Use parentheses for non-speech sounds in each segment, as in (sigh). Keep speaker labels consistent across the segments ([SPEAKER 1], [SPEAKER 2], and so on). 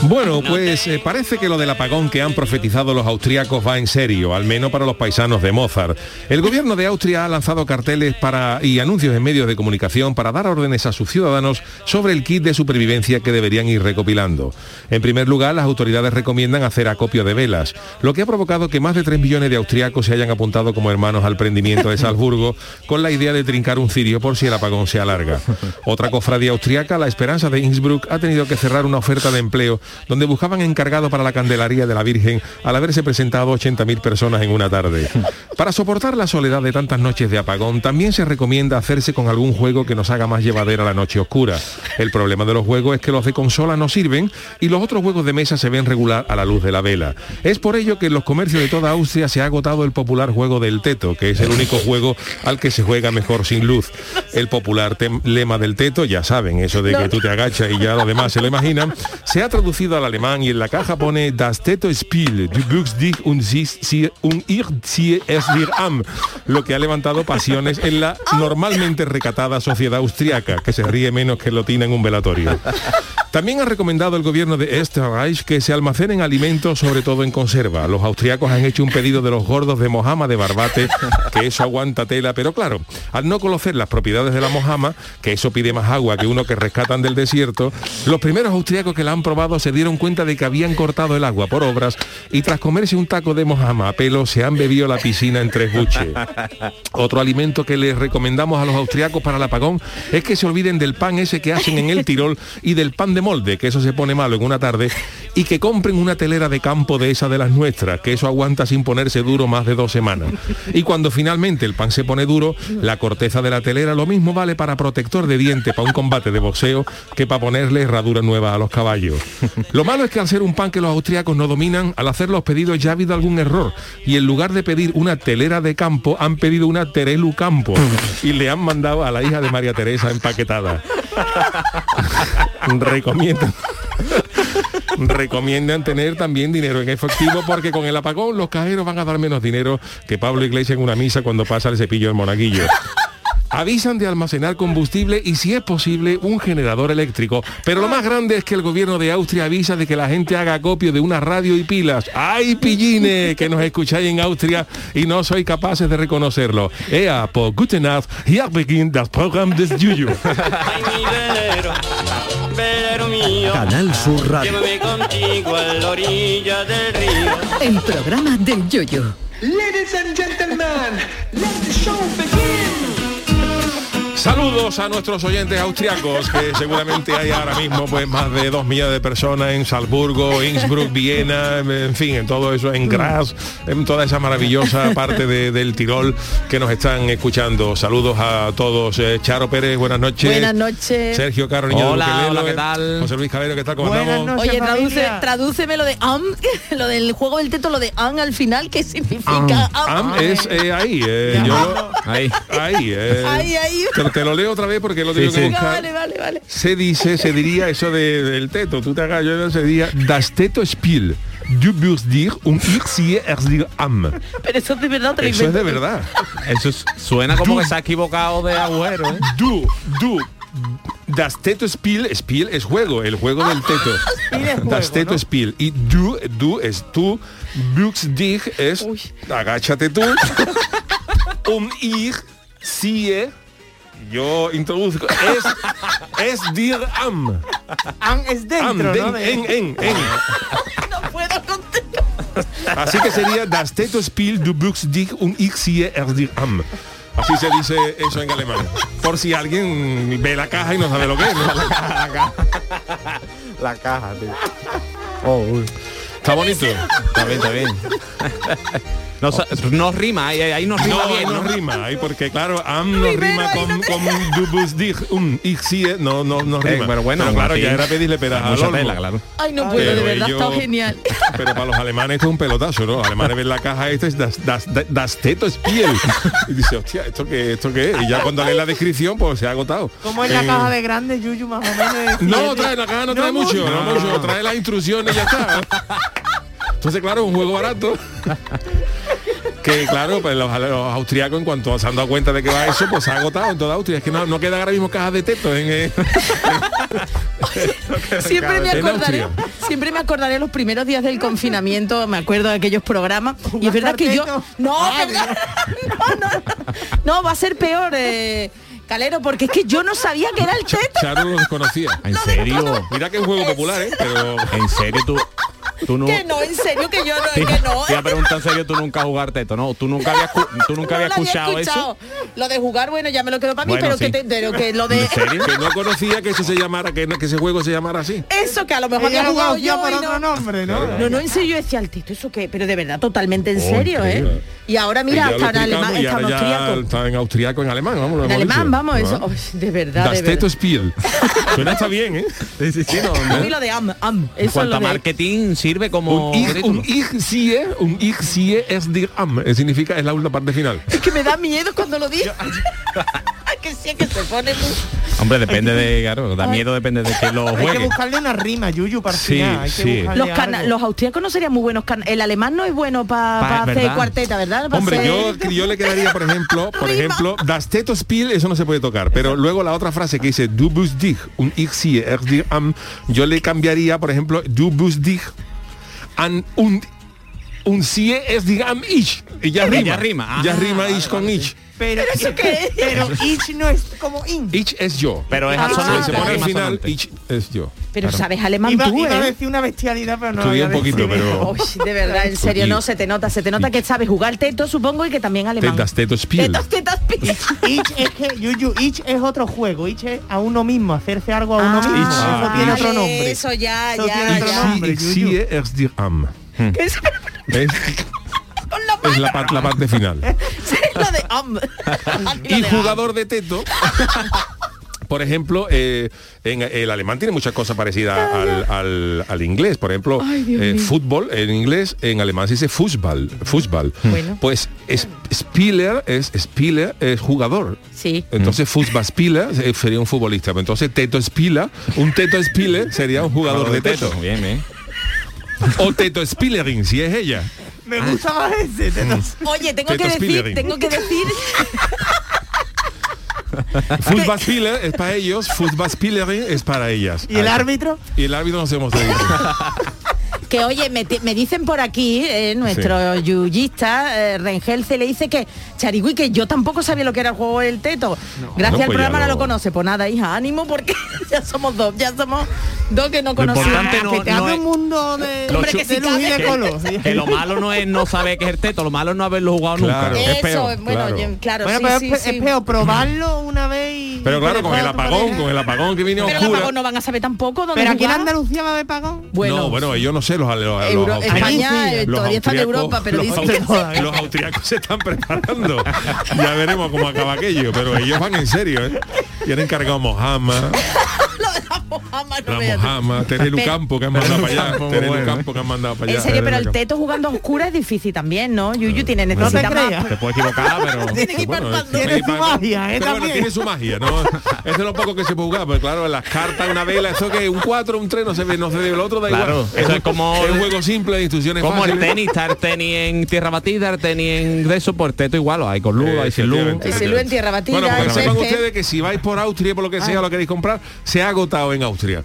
[SPEAKER 1] Bueno, pues eh, parece que lo del apagón que han profetizado los austríacos va en serio, al menos para los paisanos de Mozart. El gobierno de Austria ha lanzado carteles para, y anuncios en medios de comunicación para dar órdenes a sus ciudadanos sobre el kit de supervivencia que deberían ir recopilando. En primer lugar, las autoridades recomiendan hacer acopio de velas, lo que ha provocado que más de 3 millones de austríacos se hayan apuntado como hermanos al prendimiento de Salzburgo con la idea de trincar un cirio por si el apagón se alarga. Otra cofradía austríaca, la Esperanza de Innsbruck, ha tenido que cerrar una oferta de empleo donde buscaban encargado para la Candelaría de la Virgen al haberse presentado 80.000 personas en una tarde. Para soportar la soledad de tantas noches de apagón, también se recomienda hacerse con algún juego que nos haga más llevadera la noche oscura. El problema de los juegos es que los de consola no sirven y los otros juegos de mesa se ven regular a la luz de la vela. Es por ello que en los comercios de toda Austria se ha agotado el popular juego del teto, que es el único juego al que se juega mejor sin luz. El popular lema del teto, ya saben, eso de que tú te agachas y ya los demás se lo imaginan, se ha traducido al alemán y en la caja pone Das Teto Spiel, du buchst dich und un ir sie es dir am, lo que ha levantado pasiones en la normalmente recatada sociedad austriaca, que se ríe menos que lotina en un velatorio. También ha recomendado el gobierno de Österreich que se almacenen alimentos, sobre todo en conserva. Los austriacos han hecho un pedido de los gordos de mojama de barbate, que eso aguanta tela, pero claro, al no conocer las propiedades de la mojama, que eso pide más agua que uno que rescatan del desierto, los primeros austriacos que la han probado se dieron cuenta de que habían cortado el agua por obras y tras comerse un taco de mojama a pelo se han bebido la piscina en tres buches. Otro alimento que les recomendamos a los austriacos para el apagón es que se olviden del pan ese que hacen en el Tirol y del pan de de molde, que eso se pone malo en una tarde, y que compren una telera de campo de esa de las nuestras, que eso aguanta sin ponerse duro más de dos semanas. Y cuando finalmente el pan se pone duro, la corteza de la telera lo mismo vale para protector de diente para un combate de boxeo que para ponerle herradura nueva a los caballos. Lo malo es que al ser un pan que los austriacos no dominan, al hacer los pedidos ya ha habido algún error, y en lugar de pedir una telera de campo, han pedido una terelu campo, y le han mandado a la hija de María Teresa empaquetada. recomiendan recomiendan tener también dinero en efectivo porque con el apagón los cajeros van a dar menos dinero que Pablo Iglesias en una misa cuando pasa el cepillo del monaguillo avisan de almacenar combustible y si es posible un generador eléctrico. Pero lo más grande es que el gobierno de Austria avisa de que la gente haga acopio de una radio y pilas. ¡Ay, pillines! Que nos escucháis en Austria y no soy capaces de reconocerlo. Ea, por guten Abend, hier beginnt das Programm des Juju.
[SPEAKER 2] Canal Sur Radio.
[SPEAKER 3] Llévame contigo a la orilla del río.
[SPEAKER 4] El programa del yoyo.
[SPEAKER 5] Ladies and gentlemen, let the show begin.
[SPEAKER 1] Saludos a nuestros oyentes austriacos, que seguramente hay ahora mismo pues más de dos millones de personas en Salzburgo, Innsbruck, Viena, en fin, en todo eso, en Graz, en toda esa maravillosa parte de, del Tirol que nos están escuchando. Saludos a todos. Eh, Charo Pérez, buenas noches.
[SPEAKER 6] Buenas noches.
[SPEAKER 1] Sergio Caro, niño
[SPEAKER 7] Hola,
[SPEAKER 1] de Bukelelo,
[SPEAKER 7] hola, ¿qué tal?
[SPEAKER 1] José Luis Cabello, ¿qué tal? ¿Cómo
[SPEAKER 7] Buenas
[SPEAKER 1] andamos?
[SPEAKER 7] noches.
[SPEAKER 6] Oye, traduce,
[SPEAKER 7] familia.
[SPEAKER 6] tradúceme lo de am, (laughs) lo del juego del teto, lo de am al final, ¿qué significa am?
[SPEAKER 1] Am es eh, ahí, eh, yo
[SPEAKER 7] Ahí.
[SPEAKER 1] ahí, eh.
[SPEAKER 6] Ahí, ahí.
[SPEAKER 1] Te, te lo leo otra vez porque lo digo que
[SPEAKER 7] sí.
[SPEAKER 1] buscar.
[SPEAKER 6] Vale, vale, vale.
[SPEAKER 1] se dice, se diría eso de- del teto, tú te hagas, yo no se diría das teto spiel. Du wirst dir und ich sie es dir am.
[SPEAKER 6] Pero eso es de verdad te lo
[SPEAKER 1] Eso es
[SPEAKER 6] invento.
[SPEAKER 1] de verdad.
[SPEAKER 7] Eso es- suena como que se ha equivocado de agujero, ¿eh?
[SPEAKER 1] Du, du, das teto spiel, spiel es juego, el juego del teto.
[SPEAKER 6] Ah,
[SPEAKER 1] das teto spiel. Y du, du es tú, wirst dich es, agáchate tú, um ich, sie, yo introduzco, es, es dir am.
[SPEAKER 7] Am es
[SPEAKER 1] Am, den, en, en, en.
[SPEAKER 6] No puedo contigo.
[SPEAKER 1] Así que sería Das Teto Spiel, du buchst dich und ich ziehe erst dir am. Así se dice eso en alemán. Por si alguien ve la caja y no sabe lo que es. ¿no?
[SPEAKER 7] La caja, tío. Oh, uy.
[SPEAKER 1] Está bonito.
[SPEAKER 7] Está bien, está bien. No, sa- no rima, ahí, ahí no rima
[SPEAKER 1] No, ahí
[SPEAKER 7] bien,
[SPEAKER 1] no
[SPEAKER 7] ¿no?
[SPEAKER 1] rima, ahí porque claro, am no rima con, con
[SPEAKER 7] (laughs)
[SPEAKER 1] du bus dich, um, ich sie, no, no, no
[SPEAKER 7] Eh,
[SPEAKER 1] rima.
[SPEAKER 7] pero bueno,
[SPEAKER 1] claro,
[SPEAKER 7] Martín,
[SPEAKER 1] ya era pedirle peras al
[SPEAKER 7] mucha
[SPEAKER 1] olmo.
[SPEAKER 7] tela, claro.
[SPEAKER 6] Ay, no puedo, de
[SPEAKER 1] Pero
[SPEAKER 6] verdad,
[SPEAKER 1] ellos-
[SPEAKER 6] está genial.
[SPEAKER 1] (laughs) Pero para los alemanes esto es un pelotazo, ¿no? Los alemanes ven la caja, esto es das, das, das- das teto es piel. Y dice, hostia, ¿esto qué, ¿esto qué es? Y ya cuando lees la descripción, pues se ha agotado.
[SPEAKER 8] ¿Cómo es la
[SPEAKER 1] Eh,
[SPEAKER 8] caja de grande, Yuyu, más
[SPEAKER 1] (laughs)
[SPEAKER 8] o menos? de
[SPEAKER 1] No,
[SPEAKER 8] siete?
[SPEAKER 1] trae la caja, no trae
[SPEAKER 8] No
[SPEAKER 1] mucho, no
[SPEAKER 7] mucho.
[SPEAKER 1] mucho, trae las instrucciones y ya está. Entonces, claro, es un juego barato. Que claro, pues los, los austriacos en cuanto se han dado cuenta de que va eso, pues se ha agotado en toda Austria. Es que no, no queda ahora mismo cajas de teto en, eh,
[SPEAKER 6] Siempre me
[SPEAKER 1] En
[SPEAKER 6] acordaré,
[SPEAKER 1] Austria.
[SPEAKER 6] siempre me acordaré los primeros días del confinamiento, me acuerdo de aquellos programas y es verdad que yo
[SPEAKER 8] carteto.
[SPEAKER 6] no, perdón. (laughs) no, no, no, no, va a ser peor eh, Calero porque es que yo no sabía que era el teto.
[SPEAKER 1] Charo lo desconocía.
[SPEAKER 7] ¿En serio?
[SPEAKER 1] Mira que es un juego popular, ¿eh? Pero
[SPEAKER 7] ¿En serio tú? Tú no...
[SPEAKER 6] Que no, en serio que yo no,
[SPEAKER 7] Te-
[SPEAKER 6] que no.
[SPEAKER 7] Te iba a preguntar en serio, tú nunca jugaste esto, ¿no? Tú nunca habías, cu- tú nunca
[SPEAKER 6] No
[SPEAKER 7] habías
[SPEAKER 6] lo había
[SPEAKER 7] escuchado,
[SPEAKER 6] escuchado. Lo de jugar, bueno, ya me lo quedo para mí,
[SPEAKER 7] Bueno,
[SPEAKER 6] pero,
[SPEAKER 7] sí.
[SPEAKER 6] que te- pero que lo de
[SPEAKER 7] eso. ¿En serio?
[SPEAKER 1] que no conocía que eso se llamara, que, que ese juego se llamara así.
[SPEAKER 6] eso que a lo mejor
[SPEAKER 8] Ella
[SPEAKER 6] había
[SPEAKER 8] lo
[SPEAKER 6] jugado
[SPEAKER 8] conoció
[SPEAKER 6] yo
[SPEAKER 8] por
[SPEAKER 6] y
[SPEAKER 8] otro
[SPEAKER 6] no.
[SPEAKER 8] nombre, ¿no?
[SPEAKER 6] No, no, en serio yo decía el teto, eso que, pero de verdad, totalmente en serio, ¿eh?
[SPEAKER 1] increíble.
[SPEAKER 6] Y ahora
[SPEAKER 1] Y ya
[SPEAKER 6] mira,
[SPEAKER 1] lo
[SPEAKER 6] hasta en
[SPEAKER 1] explicamos
[SPEAKER 6] alemán,
[SPEAKER 1] y
[SPEAKER 6] hasta en
[SPEAKER 1] ahora ya
[SPEAKER 6] austriaco.
[SPEAKER 1] está en austriaco, en alemán, vamos. lo
[SPEAKER 6] En
[SPEAKER 1] hemos
[SPEAKER 6] alemán,
[SPEAKER 1] dicho.
[SPEAKER 6] vamos,
[SPEAKER 1] Ah.
[SPEAKER 6] eso. Uy, de verdad, de
[SPEAKER 1] Das ¿eh?
[SPEAKER 6] verdad.
[SPEAKER 1] Teto
[SPEAKER 6] (laughs)
[SPEAKER 1] Spiel. Suena está bien, ¿eh?
[SPEAKER 7] Sí, sí, sí, no, no.
[SPEAKER 6] A mí lo de am, am.
[SPEAKER 7] En
[SPEAKER 6] Eso es
[SPEAKER 7] cuanto
[SPEAKER 6] lo
[SPEAKER 7] a
[SPEAKER 6] de-
[SPEAKER 7] marketing, sirve como...
[SPEAKER 1] Un ich,
[SPEAKER 7] título.
[SPEAKER 1] un ich sie, un ich sie es dir am, eh, significa es la última parte final.
[SPEAKER 6] Es que me da miedo cuando lo digo. (laughs) que sí, que se pone tú.
[SPEAKER 7] Hombre, depende de... Claro, da miedo, depende de que lo
[SPEAKER 8] Hay que
[SPEAKER 7] juegue.
[SPEAKER 8] buscarle una rima, Yuyu, para el
[SPEAKER 1] Sí,
[SPEAKER 8] final. Hay que
[SPEAKER 1] sí.
[SPEAKER 8] buscarle
[SPEAKER 6] Los, cana-
[SPEAKER 8] algo.
[SPEAKER 6] los austríacos no serían muy buenos. can- El alemán no es bueno para
[SPEAKER 7] Pa-
[SPEAKER 6] hacer
[SPEAKER 7] ¿verdad?
[SPEAKER 6] cuarteta, ¿verdad? Pa'
[SPEAKER 1] Hombre,
[SPEAKER 6] hacer-
[SPEAKER 1] yo, yo le quedaría, por
[SPEAKER 6] (laughs)
[SPEAKER 1] ejemplo, por
[SPEAKER 6] Rima.
[SPEAKER 1] ejemplo, das Teto Spiel, eso no se puede tocar, pero luego la otra frase que dice du bist dich, un ich sie es dir am, yo le cambiaría, por ejemplo, du bist dich an un un sie es dir am ich. Y ya rima.
[SPEAKER 7] ya rima.
[SPEAKER 1] Ya
[SPEAKER 7] Ah,
[SPEAKER 1] rima ich con ich.
[SPEAKER 8] Pero,
[SPEAKER 6] ¿Eso qué es?
[SPEAKER 8] pero ich no es como in.
[SPEAKER 1] Ich es yo.
[SPEAKER 7] Pero es
[SPEAKER 6] Ah.
[SPEAKER 1] Si se
[SPEAKER 7] asonante.
[SPEAKER 1] pone al
[SPEAKER 7] rima
[SPEAKER 1] final,
[SPEAKER 7] asonante.
[SPEAKER 1] ich es yo.
[SPEAKER 6] Pero sabes alemán
[SPEAKER 8] Iba,
[SPEAKER 6] tú,
[SPEAKER 8] iba a
[SPEAKER 6] ¿eh?
[SPEAKER 8] decir una bestialidad, pero no
[SPEAKER 1] Estudié
[SPEAKER 8] la voy a
[SPEAKER 1] un poquito,
[SPEAKER 8] decir.
[SPEAKER 1] pero-
[SPEAKER 6] Uy, de verdad, en serio, no, se te nota, se te nota que sabes jugar teto, supongo, y que también alemán.
[SPEAKER 1] Das Teto Spiel.
[SPEAKER 6] Tetas, tetas, pi-
[SPEAKER 8] (laughs) Ich es que, Yuyu, ich es otro juego. Ich es a uno mismo, hacerse algo a uno
[SPEAKER 6] Ah,
[SPEAKER 8] mismo.
[SPEAKER 1] Ich.
[SPEAKER 8] Eso tiene otro
[SPEAKER 6] vale,
[SPEAKER 8] nombre.
[SPEAKER 6] Eso ya,
[SPEAKER 8] Eso tiene
[SPEAKER 6] ya,
[SPEAKER 1] Ich
[SPEAKER 8] otro
[SPEAKER 6] (laughs) ya.
[SPEAKER 1] sie,
[SPEAKER 8] nombre,
[SPEAKER 1] ich sie
[SPEAKER 8] Yuyu.
[SPEAKER 1] es dir am.
[SPEAKER 6] Que es-
[SPEAKER 1] ¿Ves?
[SPEAKER 6] (laughs) Con la
[SPEAKER 1] Es
[SPEAKER 6] mano.
[SPEAKER 1] la, par- la parte
[SPEAKER 6] (laughs)
[SPEAKER 1] final.
[SPEAKER 6] Sí, lo de am. Lo
[SPEAKER 1] Y
[SPEAKER 6] de am.
[SPEAKER 1] jugador de teto. Por ejemplo, eh, en el alemán tiene muchas cosas parecidas al, al- al inglés. Por ejemplo, eh, fútbol en inglés, en alemán se dice Fußball. Fußball.
[SPEAKER 6] Bueno.
[SPEAKER 1] Pues es, Spieler es Spieler es jugador.
[SPEAKER 6] Sí.
[SPEAKER 1] Entonces Fußball Spieler eh, sería un futbolista. Pero Entonces Teto Spieler, un Teto Spieler sería un jugador de teto.
[SPEAKER 7] Bien, bien.
[SPEAKER 1] O Teto Spielerin, si es (laughs) ella.
[SPEAKER 8] Me gusta más ese. te lo-
[SPEAKER 6] Oye, tengo que
[SPEAKER 1] Tetas
[SPEAKER 6] decir,
[SPEAKER 1] Pillerin.
[SPEAKER 6] tengo que decir
[SPEAKER 1] Fußball Spieler es para ellos, Fußball Spielerin es para ellas.
[SPEAKER 8] ¿Y el árbitro?
[SPEAKER 1] Y el árbitro no se hemos
[SPEAKER 6] que, oye, me, ti- me dicen por aquí, eh, nuestro yuyista, eh, Rengel, se le dice que, Charigui, que yo tampoco sabía lo que era el juego del teto. Gracias
[SPEAKER 1] No,
[SPEAKER 6] al
[SPEAKER 1] pues ya
[SPEAKER 6] programa ahora lo
[SPEAKER 1] lo-
[SPEAKER 6] conoce. Pues nada, hija, ánimo, porque (laughs) ya somos dos, ya somos dos que no conocemos.
[SPEAKER 7] importante
[SPEAKER 8] Ah,
[SPEAKER 7] no-
[SPEAKER 8] que te
[SPEAKER 7] no
[SPEAKER 8] abre
[SPEAKER 7] es-
[SPEAKER 8] un mundo de,
[SPEAKER 7] Hombre,
[SPEAKER 8] de
[SPEAKER 7] que si
[SPEAKER 8] luz y
[SPEAKER 6] cabe-
[SPEAKER 8] de color.
[SPEAKER 7] Que lo malo no es no saber que es el teto, lo malo es no haberlo jugado
[SPEAKER 1] Claro.
[SPEAKER 7] nunca.
[SPEAKER 1] es
[SPEAKER 6] Eso,
[SPEAKER 1] peor,
[SPEAKER 6] bueno,
[SPEAKER 1] claro.
[SPEAKER 6] yo- claro,
[SPEAKER 8] Bueno,
[SPEAKER 6] sí,
[SPEAKER 8] pero
[SPEAKER 6] sí,
[SPEAKER 8] es, pe-
[SPEAKER 6] sí.
[SPEAKER 8] es peor probarlo una vez y...
[SPEAKER 1] Pero claro,
[SPEAKER 8] y
[SPEAKER 1] con el
[SPEAKER 8] después otra
[SPEAKER 1] apagón,
[SPEAKER 8] vez.
[SPEAKER 1] con el apagón que viene
[SPEAKER 6] Pero los
[SPEAKER 1] oscura.
[SPEAKER 6] pagos no van a saber tampoco dónde
[SPEAKER 8] Pero aquí en
[SPEAKER 6] jugar.
[SPEAKER 8] Andalucía va a haber apagón.
[SPEAKER 6] Bueno,
[SPEAKER 1] no, bueno, yo no sé los, los, los
[SPEAKER 6] Euro-
[SPEAKER 1] austriacos.
[SPEAKER 6] España eh,
[SPEAKER 1] Los
[SPEAKER 6] todavía está en
[SPEAKER 1] austriacos-
[SPEAKER 6] Europa, pero
[SPEAKER 1] los
[SPEAKER 6] dicen
[SPEAKER 1] austri-
[SPEAKER 6] que sí.
[SPEAKER 1] Los austriacos se están preparando. ya veremos cómo acaba aquello, pero ellos van en serio, ¿eh? Tienen cargado Mojama,
[SPEAKER 6] Lo de la mojama, no
[SPEAKER 1] la
[SPEAKER 6] veas.
[SPEAKER 1] Mojama, Terelu Campo que han mandado para allá, Terelu Campo que han mandado para allá.
[SPEAKER 6] En serio, pero el
[SPEAKER 1] Terelu
[SPEAKER 6] teto jugando a oscuras es difícil también, ¿no? Yuyu tiene
[SPEAKER 8] No te
[SPEAKER 6] necesidad
[SPEAKER 8] creas.
[SPEAKER 6] más.
[SPEAKER 7] Te puedes equivocar, pero... (laughs)
[SPEAKER 6] Tiene que ir
[SPEAKER 1] Bueno,
[SPEAKER 6] palpando.
[SPEAKER 1] tiene
[SPEAKER 8] Tiene su
[SPEAKER 1] pago.
[SPEAKER 8] magia, ¿eh?
[SPEAKER 1] Pero bueno,
[SPEAKER 8] También.
[SPEAKER 1] tiene su magia, ¿no? Es de lo poco que se puede jugar, porque claro, las cartas, una vela, eso que un 4, un 3, no se ve, no se ve el otro, da
[SPEAKER 7] Claro,
[SPEAKER 1] igual.
[SPEAKER 7] eso
[SPEAKER 1] un-
[SPEAKER 7] es como-
[SPEAKER 1] un juego simple de instrucciones
[SPEAKER 7] Como el
[SPEAKER 1] fáciles.
[SPEAKER 7] tenis, está el tenis en tierra batida, el tenis en de eso, por teto igual, hay con luz, hay sin luz.
[SPEAKER 1] Efectivamente.
[SPEAKER 6] Y sin luz en tierra batida,
[SPEAKER 1] Bueno, porque
[SPEAKER 6] en
[SPEAKER 1] sepan
[SPEAKER 6] césped.
[SPEAKER 1] ustedes que si vais por Austria, por lo que
[SPEAKER 6] Ah.
[SPEAKER 1] sea, lo queréis comprar, se ha agotado en Austria.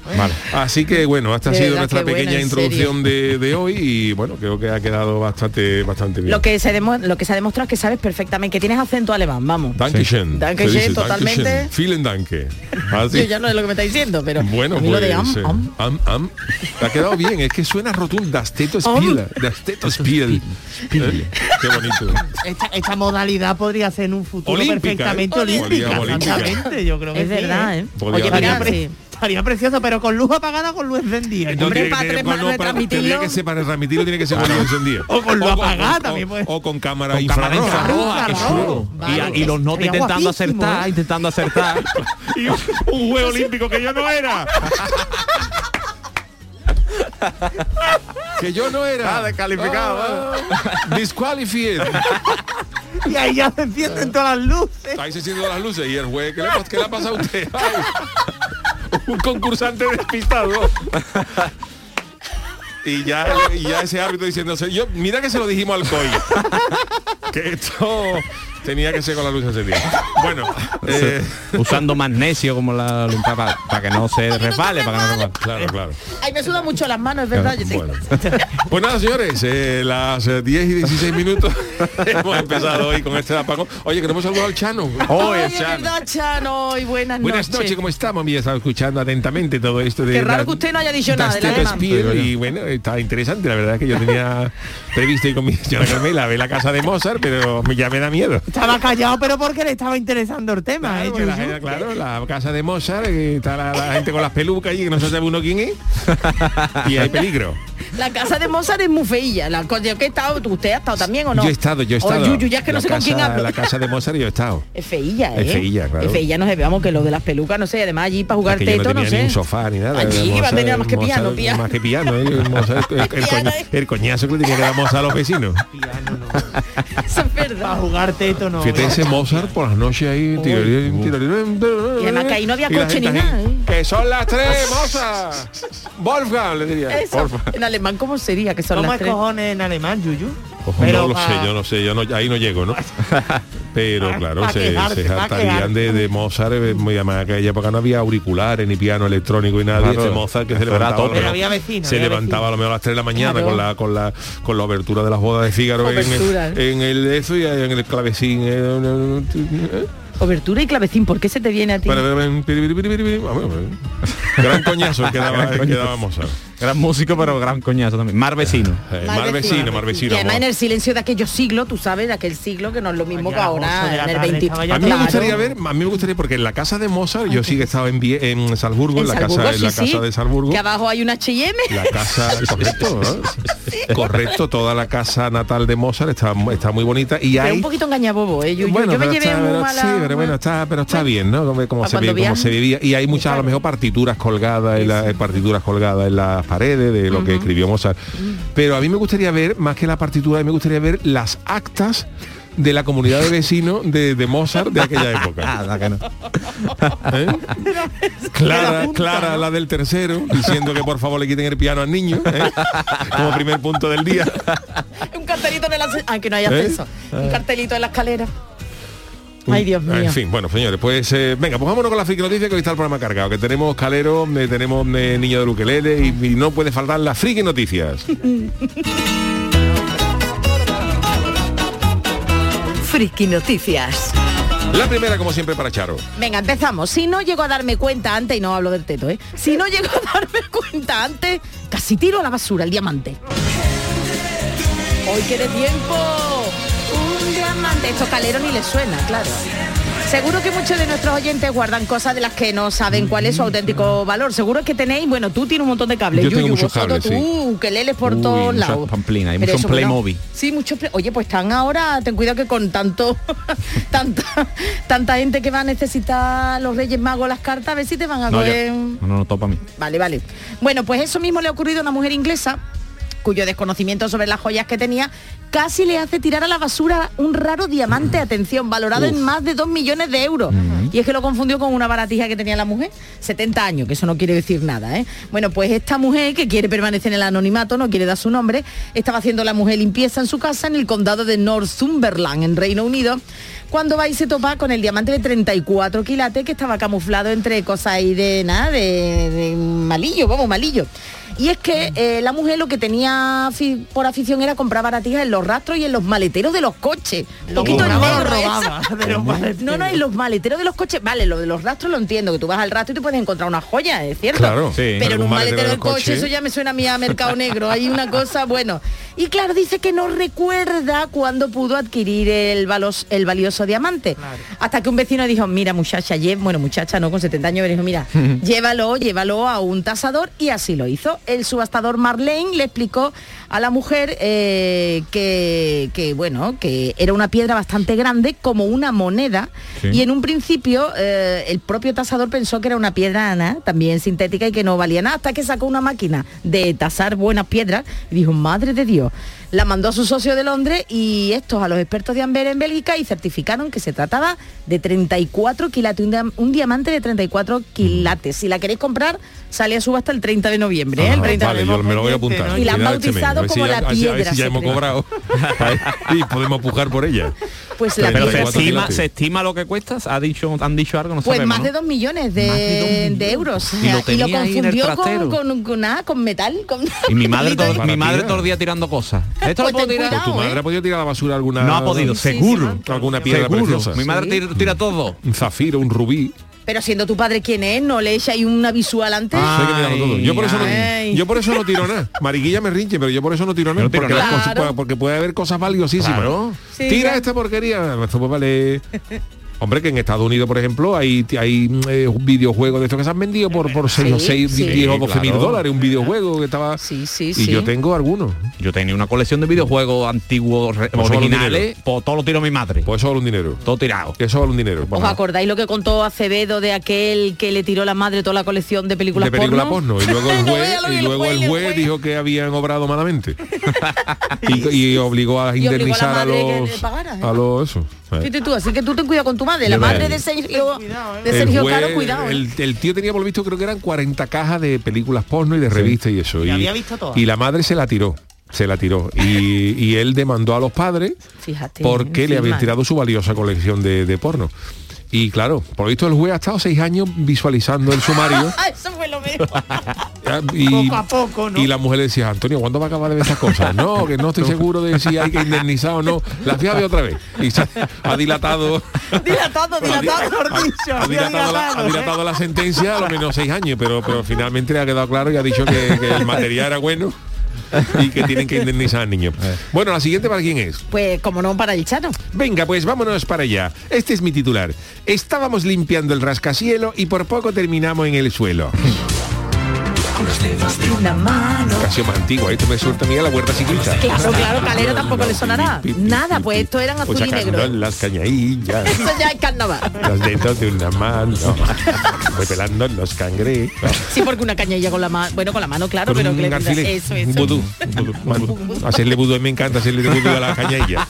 [SPEAKER 1] Así que bueno, esta ha
[SPEAKER 6] De
[SPEAKER 1] sido
[SPEAKER 6] verdad,
[SPEAKER 1] nuestra
[SPEAKER 6] qué buena,
[SPEAKER 1] pequeña
[SPEAKER 6] en
[SPEAKER 1] introducción de, de hoy y bueno, creo que ha quedado bastante, bastante bien.
[SPEAKER 6] Lo que, se demo- lo que se ha demostrado es que sabes perfectamente, que tienes acento alemán, vamos.
[SPEAKER 1] Dankeschön.
[SPEAKER 6] Dankeschön,
[SPEAKER 1] Se dice
[SPEAKER 6] totalmente.
[SPEAKER 1] Dankeschön. Vielen
[SPEAKER 6] (laughs)
[SPEAKER 1] Danke. Así.
[SPEAKER 6] Yo ya no es lo que me está diciendo, pero
[SPEAKER 1] Bueno,
[SPEAKER 6] a mí
[SPEAKER 1] pues,
[SPEAKER 6] lo de am,
[SPEAKER 1] eh,
[SPEAKER 6] am.
[SPEAKER 1] am, am. Te ha quedado bien, es que suena rotunda, Asteto Spiel, de Asteto Spiel. Eh, Qué
[SPEAKER 6] (laughs)
[SPEAKER 1] bonito.
[SPEAKER 8] Esta, esta modalidad podría ser en un futuro
[SPEAKER 1] Olímpica, ¿eh?
[SPEAKER 8] perfectamente
[SPEAKER 1] Olímpica.
[SPEAKER 8] olímpica.
[SPEAKER 1] Olímpica.
[SPEAKER 8] exactamente, yo creo que
[SPEAKER 6] es
[SPEAKER 8] sí,
[SPEAKER 6] verdad,
[SPEAKER 8] ¿eh?
[SPEAKER 6] ¿eh?
[SPEAKER 1] Podría
[SPEAKER 6] Oye,
[SPEAKER 1] haber-
[SPEAKER 6] mira,
[SPEAKER 8] Podría
[SPEAKER 6] sí.
[SPEAKER 8] Estaría precioso, pero con luz apagada con luz encendida.
[SPEAKER 1] No, tiene que tener- no, para- tendría que ser para retransmitirlo tiene que ser con luz encendida.
[SPEAKER 8] O con luz
[SPEAKER 1] o-
[SPEAKER 8] apagada
[SPEAKER 1] o-
[SPEAKER 8] también puede
[SPEAKER 1] o con cámara
[SPEAKER 7] Con cámara
[SPEAKER 1] infrarroja.
[SPEAKER 7] infrarroja, que chulo. Y-
[SPEAKER 8] Vale.
[SPEAKER 7] Y los notas
[SPEAKER 8] Sería
[SPEAKER 7] intentando
[SPEAKER 8] guapísimo,
[SPEAKER 7] acertar,
[SPEAKER 8] ¿eh?
[SPEAKER 7] intentando acertar.
[SPEAKER 1] (laughs) y un, un juego olímpico que yo no era. que yo no era.
[SPEAKER 7] Ah, descalificado,
[SPEAKER 1] Ah, disqualified.
[SPEAKER 8] Y ahí ya se encienden todas las luces.
[SPEAKER 1] Estáis haciendo las luces y el juez, ¿qué le, pas- qué le ha pasado a usted? Ay, un concursante despistado. Y ya, y ya ese árbitro diciendo, yo, mira que se lo dijimos al COI. Que esto tenía que ser con la luz encendida. Bueno, eh,
[SPEAKER 7] Usando magnesio como la limpieza para, que no se resbale, para que no se resbale.
[SPEAKER 1] claro, claro.
[SPEAKER 6] Ay, me sudan mucho las manos, es verdad. yo te-
[SPEAKER 1] Bueno. (laughs) Pues nada, señores, eh, las eh, 10 y 16 minutos (laughs) hemos empezado hoy con este apagón. Oye, queremos saludar al Chano.
[SPEAKER 6] Ay, es verdad, Chano, y buenas,
[SPEAKER 1] Buenas noches, ¿cómo estamos? Mira, estaba escuchando atentamente todo esto de...
[SPEAKER 6] Qué raro
[SPEAKER 1] la-
[SPEAKER 6] que usted no haya dicho
[SPEAKER 1] Das
[SPEAKER 6] nada de la
[SPEAKER 1] Tepe
[SPEAKER 6] demanda.
[SPEAKER 1] Spear, y bueno, está interesante, la verdad es que yo
[SPEAKER 6] (laughs)
[SPEAKER 1] tenía previsto ir con mi señora Carmela a ver la casa de Mozart, pero me- ya me da miedo.
[SPEAKER 8] Estaba callado, pero porque le estaba interesando el
[SPEAKER 6] Ah,
[SPEAKER 8] tema, ¿eh,
[SPEAKER 1] Claro, la,
[SPEAKER 8] Yuyu?
[SPEAKER 1] gente- claro, la casa de Mozart, eh, está la, la gente con las pelucas y que no se sabe uno quién
[SPEAKER 6] (laughs)
[SPEAKER 1] es. Y hay peligro.
[SPEAKER 6] La casa de Mozart es muy feilla. La co- yo que he estado, ¿tú- ¿Usted ha estado también o no?
[SPEAKER 1] Yo he estado, yo he estado.
[SPEAKER 6] Oh, Yuyu, ya es que no
[SPEAKER 1] La
[SPEAKER 6] sé con quién
[SPEAKER 1] casa-
[SPEAKER 6] hablo.
[SPEAKER 1] La casa de Mozart yo he estado.
[SPEAKER 6] Es feilla, ¿eh?
[SPEAKER 1] Es feilla, claro.
[SPEAKER 6] Es feilla, no sé, vamos, que lo de las pelucas, no sé, además allí para
[SPEAKER 1] Es
[SPEAKER 6] jugar
[SPEAKER 1] que yo no
[SPEAKER 6] teto, no,
[SPEAKER 1] tenía ni
[SPEAKER 6] sé.
[SPEAKER 1] un
[SPEAKER 6] (laughs)
[SPEAKER 1] sofá ni nada.
[SPEAKER 6] Allí
[SPEAKER 1] Era
[SPEAKER 6] iba a
[SPEAKER 1] Mozart-
[SPEAKER 6] tener más que
[SPEAKER 1] Mozart-
[SPEAKER 6] piano, piano.
[SPEAKER 1] Más que piano, ¿eh? Mozart- el, el
[SPEAKER 6] Piano,
[SPEAKER 1] coña-
[SPEAKER 6] ¿eh?
[SPEAKER 1] el coñazo que le tenía que dar Mozart a los vecinos.
[SPEAKER 6] Eso es
[SPEAKER 8] Para
[SPEAKER 6] verdad.
[SPEAKER 8] jugar teto no.
[SPEAKER 1] Fíjate ese Este Mozart por las noches ahí, tirorín, tirorín, tirorín,
[SPEAKER 6] Y además que ahí no había
[SPEAKER 1] y la
[SPEAKER 6] coche ni
[SPEAKER 1] gente ahí,
[SPEAKER 6] nada, ¿eh?
[SPEAKER 1] Que son las tres, Mozart. Wolfgang, le diría.
[SPEAKER 6] Eso, en alemán, ¿cómo sería? Que son
[SPEAKER 8] ¿Cómo
[SPEAKER 6] las
[SPEAKER 8] es
[SPEAKER 6] tres.
[SPEAKER 8] cojones en alemán, Yuyu?
[SPEAKER 1] Ojo, Pues no lo
[SPEAKER 8] pa-
[SPEAKER 1] sé, yo no sé, yo no, ahí no llego, ¿no? Pero
[SPEAKER 8] Pa-
[SPEAKER 1] claro,
[SPEAKER 8] pa
[SPEAKER 1] se,
[SPEAKER 8] quejarse,
[SPEAKER 1] se
[SPEAKER 8] pa
[SPEAKER 1] hartarían
[SPEAKER 8] quejarse.
[SPEAKER 1] de, de Mozart, eh, muy además en aquella época no había auriculares, ni piano electrónico y nada, y
[SPEAKER 7] Claro,
[SPEAKER 1] este Mozart que se
[SPEAKER 7] eso era
[SPEAKER 1] levantaba,
[SPEAKER 7] todo.
[SPEAKER 1] a lo
[SPEAKER 8] Pero
[SPEAKER 1] mejor-
[SPEAKER 8] había vecinos,
[SPEAKER 1] se
[SPEAKER 8] había
[SPEAKER 1] levantaba a lo mejor a las 3 de la mañana
[SPEAKER 6] Claro.
[SPEAKER 1] con la con la con la abertura de las bodas de Fígaro en,
[SPEAKER 6] Obertura,
[SPEAKER 1] el- en el eso y en el clavecín. eh, eh, eh.
[SPEAKER 6] Obertura y clavecín, ¿por qué se te viene a ti?
[SPEAKER 1] Para- para- para- piri- piri- piri- piri. Ah, bueno, bueno. Gran coñazo que daba,
[SPEAKER 7] Gran
[SPEAKER 1] que
[SPEAKER 7] coñazo.
[SPEAKER 1] daba Mozart.
[SPEAKER 7] Gran músico, pero gran coñazo también. Mar vecino.
[SPEAKER 1] Eh,
[SPEAKER 6] Mar
[SPEAKER 1] Mar vecino,
[SPEAKER 6] vecino,
[SPEAKER 1] mar
[SPEAKER 6] y
[SPEAKER 1] vecino.
[SPEAKER 6] además en
[SPEAKER 1] amor.
[SPEAKER 6] el silencio de aquellos siglos, tú sabes, de aquel siglo que no es lo mismo
[SPEAKER 8] Vaya,
[SPEAKER 6] que
[SPEAKER 8] ocho de la
[SPEAKER 6] ahora, en el
[SPEAKER 8] tarde,
[SPEAKER 6] 20.
[SPEAKER 8] estaba ya
[SPEAKER 1] A mí me
[SPEAKER 8] Claro.
[SPEAKER 1] gustaría ver, a mí me gustaría porque en la casa de Mozart, yo sí que estaba en, Vie- en Salzburgo, en, la
[SPEAKER 6] Salzburgo,
[SPEAKER 1] casa, en
[SPEAKER 6] sí,
[SPEAKER 1] la
[SPEAKER 6] sí,
[SPEAKER 1] casa de Salzburgo.
[SPEAKER 6] Que abajo hay una H&M.
[SPEAKER 1] La casa,
[SPEAKER 6] (laughs)
[SPEAKER 1] correcto, ¿no? correcto, toda la casa natal de Mozart está, está muy bonita y
[SPEAKER 6] Pero un
[SPEAKER 1] hay
[SPEAKER 6] poquito engañabobo, ¿eh? Yo, yo- yo me
[SPEAKER 1] pero
[SPEAKER 6] llevé
[SPEAKER 1] está-
[SPEAKER 6] muy
[SPEAKER 1] pero
[SPEAKER 6] mala...
[SPEAKER 1] sí, pero bueno, está, pero está bien, ¿no? Como, como
[SPEAKER 6] Pa'
[SPEAKER 1] se,
[SPEAKER 6] cuando
[SPEAKER 1] ve- como se
[SPEAKER 6] viaje.
[SPEAKER 1] vivía. Y hay muchas, a lo mejor, partituras colgadas, en la- eh, partituras colgadas en las paredes de lo que escribió Mozart.
[SPEAKER 6] Mm.
[SPEAKER 1] Pero a mí me gustaría ver, más que la partitura, a mí me gustaría ver las actas de la comunidad de vecinos de, de Mozart de aquella época.
[SPEAKER 7] (laughs) Ah, la que no.
[SPEAKER 1] ¿Eh? Clara, Clara, la del tercero, diciendo que por favor le quiten el piano al niño, ¿eh? como primer punto del día.
[SPEAKER 6] Un cartelito en el ascensor. Aunque no haya
[SPEAKER 1] ¿Eh?
[SPEAKER 6] ascensor. Un cartelito en la escalera. Ay, Dios mío.
[SPEAKER 1] Mm, En fin, bueno, señores, pues eh, venga, pues vámonos con la friki noticia que hoy está el programa cargado, que tenemos calero, eh, tenemos eh, niño de Luquelele y, y no puede faltar las friki noticias.
[SPEAKER 4] Friki Noticias.
[SPEAKER 1] La primera, como siempre, para Charo.
[SPEAKER 6] Venga, empezamos. Si no llego a darme cuenta antes, y no hablo del teto, ¿eh? Si no llego a darme (laughs) cuenta antes, casi tiro a la basura el diamante. Hoy que de tiempo. Un diamante. Estos caleros ni les suena, claro. Seguro que muchos de nuestros oyentes guardan cosas de las que no saben cuál es su auténtico valor. Seguro que tenéis, bueno, tú tienes un montón de cables.
[SPEAKER 1] Yo tengo muchos
[SPEAKER 6] vosotros,
[SPEAKER 1] cables, sí.
[SPEAKER 6] tú, que leles por
[SPEAKER 7] Uy,
[SPEAKER 6] todos
[SPEAKER 7] muchas
[SPEAKER 6] lados.
[SPEAKER 7] pamplinas y
[SPEAKER 6] Pero
[SPEAKER 7] muchos
[SPEAKER 6] eso, bueno,
[SPEAKER 7] Playmobil.
[SPEAKER 6] Sí, muchos. pre- Oye, pues están ahora, ten cuidado que con tanto, (laughs) tanta, tanta gente que va a necesitar los Reyes Magos las cartas, a ver si te van a
[SPEAKER 7] No,
[SPEAKER 6] coger.
[SPEAKER 7] ya- no, no, no, topa a mí.
[SPEAKER 6] Vale, vale. Bueno, pues eso mismo le ha ocurrido a una mujer inglesa cuyo desconocimiento sobre las joyas que tenía casi le hace tirar a la basura un raro diamante, atención, valorado en más de 2 millones de euros. Y es que lo confundió con una baratija que tenía la mujer, 70 años, que eso no quiere decir nada. ¿eh? Bueno, pues esta mujer que quiere permanecer en el anonimato, no quiere dar su nombre, estaba haciendo la mujer limpieza en su casa en el condado de Northumberland, en Reino Unido, cuando va y se topa con el diamante de 34 quilates que estaba camuflado entre cosas ahí de nada, de, de malillo, vamos, malillo. Y es que eh, la mujer lo que tenía afi- por afición era comprar baratijas en los rastros y en los maleteros de los coches. Un
[SPEAKER 8] Lo
[SPEAKER 6] poquito el
[SPEAKER 8] compraba, lo
[SPEAKER 6] negro ese.
[SPEAKER 8] robaba. de los maleteros.
[SPEAKER 6] No, no, en los maleteros de los coches, vale, lo de los rastros lo entiendo, que tú vas al rastro y te puedes encontrar una joya, es cierto.
[SPEAKER 1] Claro, sí,
[SPEAKER 6] pero en un maletero
[SPEAKER 1] de
[SPEAKER 6] del coche,
[SPEAKER 1] coche.
[SPEAKER 6] eso ya me suena a mí a mercado negro. Hay una cosa, bueno. Y claro, dice que no recuerda cuándo pudo adquirir el, valos- el valioso diamante. Hasta que un vecino dijo, mira muchacha, lle- bueno muchacha, no, con 70 años, pero dijo, mira, llévalo, llévalo a un tasador y así lo hizo. El subastador Marlene le explicó a la mujer eh, que, que, bueno, que era una piedra bastante grande, como una moneda,
[SPEAKER 9] Sí.
[SPEAKER 6] y en un principio eh, el propio tasador pensó que era una piedra nada, también sintética y que no valía nada, hasta que sacó una máquina de tasar buenas piedras y dijo, madre de Dios, la mandó a su socio de Londres y estos a los expertos de Amber en Bélgica y certificaron que se trataba de 34 quilates, un, dia- un diamante de 34 quilates. Si la queréis comprar, sale a subasta el 30 de noviembre. ¿eh? El
[SPEAKER 1] Ah,
[SPEAKER 6] 30 de
[SPEAKER 1] vale, yo me lo voy a apuntar.
[SPEAKER 6] Y la han
[SPEAKER 1] Final de este mes.
[SPEAKER 6] bautizado
[SPEAKER 1] A ver si
[SPEAKER 6] como
[SPEAKER 1] ya-
[SPEAKER 6] la
[SPEAKER 1] a ver si- a ver
[SPEAKER 6] piedra.
[SPEAKER 1] si ya
[SPEAKER 6] se
[SPEAKER 1] hemos
[SPEAKER 6] cree.
[SPEAKER 1] cobrado. (laughs) y podemos pujar por ella.
[SPEAKER 6] Pues la
[SPEAKER 7] Pero se
[SPEAKER 1] 34
[SPEAKER 7] estima,
[SPEAKER 1] kilos.
[SPEAKER 7] se estima lo que cuesta. ¿Ha dicho, han dicho algo, no
[SPEAKER 6] Pues
[SPEAKER 7] sabemos,
[SPEAKER 6] más
[SPEAKER 7] ¿no?
[SPEAKER 6] de dos millones de, de euros. O
[SPEAKER 7] Y
[SPEAKER 6] sea,
[SPEAKER 7] lo
[SPEAKER 6] y lo
[SPEAKER 7] tenía ahí en el
[SPEAKER 6] confundió con,
[SPEAKER 7] trastero.
[SPEAKER 6] con, con nada, con metal. Con...
[SPEAKER 7] Y
[SPEAKER 6] (laughs)
[SPEAKER 7] mi madre, todo,
[SPEAKER 1] Para
[SPEAKER 7] mi madre
[SPEAKER 1] tirar.
[SPEAKER 7] todo el día tirando cosas. Esto
[SPEAKER 6] Pues
[SPEAKER 7] lo puedo
[SPEAKER 6] ten
[SPEAKER 7] tirar.
[SPEAKER 1] Pues tu
[SPEAKER 6] Cuidado,
[SPEAKER 1] madre
[SPEAKER 6] ¿eh?
[SPEAKER 1] ha podido tirar a la basura alguna.
[SPEAKER 7] No ha podido, seguro.
[SPEAKER 1] Alguna piedra
[SPEAKER 7] Seguro.
[SPEAKER 1] preciosa.
[SPEAKER 7] Mi madre tira, tira todo.
[SPEAKER 1] Un zafiro, un rubí.
[SPEAKER 6] Pero siendo tu padre quien es, no le echa ahí una visual antes.
[SPEAKER 7] Ah,
[SPEAKER 1] Hay que mirarlo todo. Yo por eso no,
[SPEAKER 6] Ay.
[SPEAKER 1] yo por eso no tiro nada. Mariquilla me rinche, pero yo por eso no tiro nada.
[SPEAKER 7] no tiro
[SPEAKER 1] porque,
[SPEAKER 6] nada.
[SPEAKER 1] las cosas-
[SPEAKER 6] Claro.
[SPEAKER 1] porque puede haber cosas valiosísimas.
[SPEAKER 7] Claro.
[SPEAKER 6] Sí,
[SPEAKER 1] Tira
[SPEAKER 6] ya.
[SPEAKER 1] esta porquería. Esto pues
[SPEAKER 6] (laughs)
[SPEAKER 1] vale. Hombre, que en Estados Unidos, por ejemplo, hay, hay eh, videojuegos de estos que se han vendido por, por 6 o
[SPEAKER 6] Sí,
[SPEAKER 1] 6,
[SPEAKER 6] sí.
[SPEAKER 1] 10 o 12 mil
[SPEAKER 7] Claro.
[SPEAKER 1] dólares. Un videojuego que estaba...
[SPEAKER 6] Sí, sí,
[SPEAKER 1] y
[SPEAKER 6] sí.
[SPEAKER 1] yo tengo algunos.
[SPEAKER 7] Yo tenía una colección de videojuegos antiguos, re-
[SPEAKER 1] Pues solo
[SPEAKER 7] originales.
[SPEAKER 1] dinero.
[SPEAKER 7] Pues todo lo tiro mi madre.
[SPEAKER 1] Pues eso vale un dinero.
[SPEAKER 7] todo tirado.
[SPEAKER 1] Eso vale un dinero.
[SPEAKER 6] ¿Os acordáis lo que contó Acevedo de aquel que le tiró la madre toda la colección de películas
[SPEAKER 1] de película
[SPEAKER 6] porno?
[SPEAKER 1] porno. Y luego el
[SPEAKER 6] (laughs) No
[SPEAKER 1] juez,
[SPEAKER 6] vea lo pues. que
[SPEAKER 1] y
[SPEAKER 6] el
[SPEAKER 1] luego
[SPEAKER 6] juez
[SPEAKER 1] el
[SPEAKER 6] le
[SPEAKER 1] juez
[SPEAKER 6] fue.
[SPEAKER 1] dijo que habían obrado
[SPEAKER 6] (laughs)
[SPEAKER 1] malamente. y, y obligó a
[SPEAKER 6] Y obligó a la
[SPEAKER 1] indemnizar a,
[SPEAKER 6] madre que
[SPEAKER 1] los.
[SPEAKER 6] le pagara, ¿eh?
[SPEAKER 1] A los eso.
[SPEAKER 6] Fíjate tú, así que tú ten cuidado con tu madre.
[SPEAKER 1] Yo
[SPEAKER 6] La
[SPEAKER 1] no-
[SPEAKER 6] madre de Sergio, de
[SPEAKER 1] El
[SPEAKER 6] Sergio
[SPEAKER 1] juez-
[SPEAKER 6] Caro, cuidado. ¿eh?
[SPEAKER 1] el, el tío tenía por lo visto creo que eran 40 cajas de películas porno y de revistas y eso.
[SPEAKER 8] Y había visto todas.
[SPEAKER 1] y la madre se la tiró. Se la tiró. Y, y él demandó a los padres
[SPEAKER 6] Fíjate,
[SPEAKER 1] porque le
[SPEAKER 6] encima. ¿eh?
[SPEAKER 1] habían tirado su valiosa colección de, de porno. Y claro, por lo visto el juez ha estado seis años visualizando el sumario.
[SPEAKER 6] (laughs) Ah, eso fue
[SPEAKER 1] (laughs)
[SPEAKER 6] lo mejor.
[SPEAKER 1] Ya, Ah, y,
[SPEAKER 8] Poco a poco, ¿no?
[SPEAKER 1] y la mujer le decía, Antonio, ¿cuándo va a acabar de ver esas cosas? No, que no estoy seguro de si hay que indemnizar o no. Las voy a ver otra vez. Y se ha
[SPEAKER 8] (laughs)
[SPEAKER 1] dilatado.
[SPEAKER 8] Dilatado, dilatado, mejor dicho.
[SPEAKER 1] Ha dilatado, la, ha dilatado
[SPEAKER 8] ¿eh?
[SPEAKER 1] la sentencia a lo menos seis años, pero, pero finalmente le ha quedado claro y ha dicho que, que el material era bueno y que tienen que indemnizar al niño. Bueno, la siguiente para quién es.
[SPEAKER 6] Pues como no para el Chano.
[SPEAKER 1] Venga, pues vámonos para allá. Este es mi titular. Estábamos limpiando el rascacielo y por poco terminamos en el suelo. Canción más antigua, ¿eh? esto me suelta a mí a la huerta ciclista.
[SPEAKER 6] Claro, claro, Calero tampoco le sonará. Nada, pues esto eran azul y negro.
[SPEAKER 1] Sacando las cañadillas,
[SPEAKER 6] Eso ya es carnaval.
[SPEAKER 1] los dedos de una
[SPEAKER 6] (laughs)
[SPEAKER 1] mano, voy pelando los cangrejos.
[SPEAKER 6] Sí, porque una cañilla con la mano, bueno, con la mano, claro,
[SPEAKER 1] Con
[SPEAKER 6] pero
[SPEAKER 1] un
[SPEAKER 6] que le-
[SPEAKER 1] alfiler,
[SPEAKER 6] eso,
[SPEAKER 1] un
[SPEAKER 6] eso. (laughs)
[SPEAKER 1] vudú, un vudú, un vudú. Hacerle vudú, me encanta hacerle de vudú a la
[SPEAKER 6] (laughs)
[SPEAKER 1] cañadilla.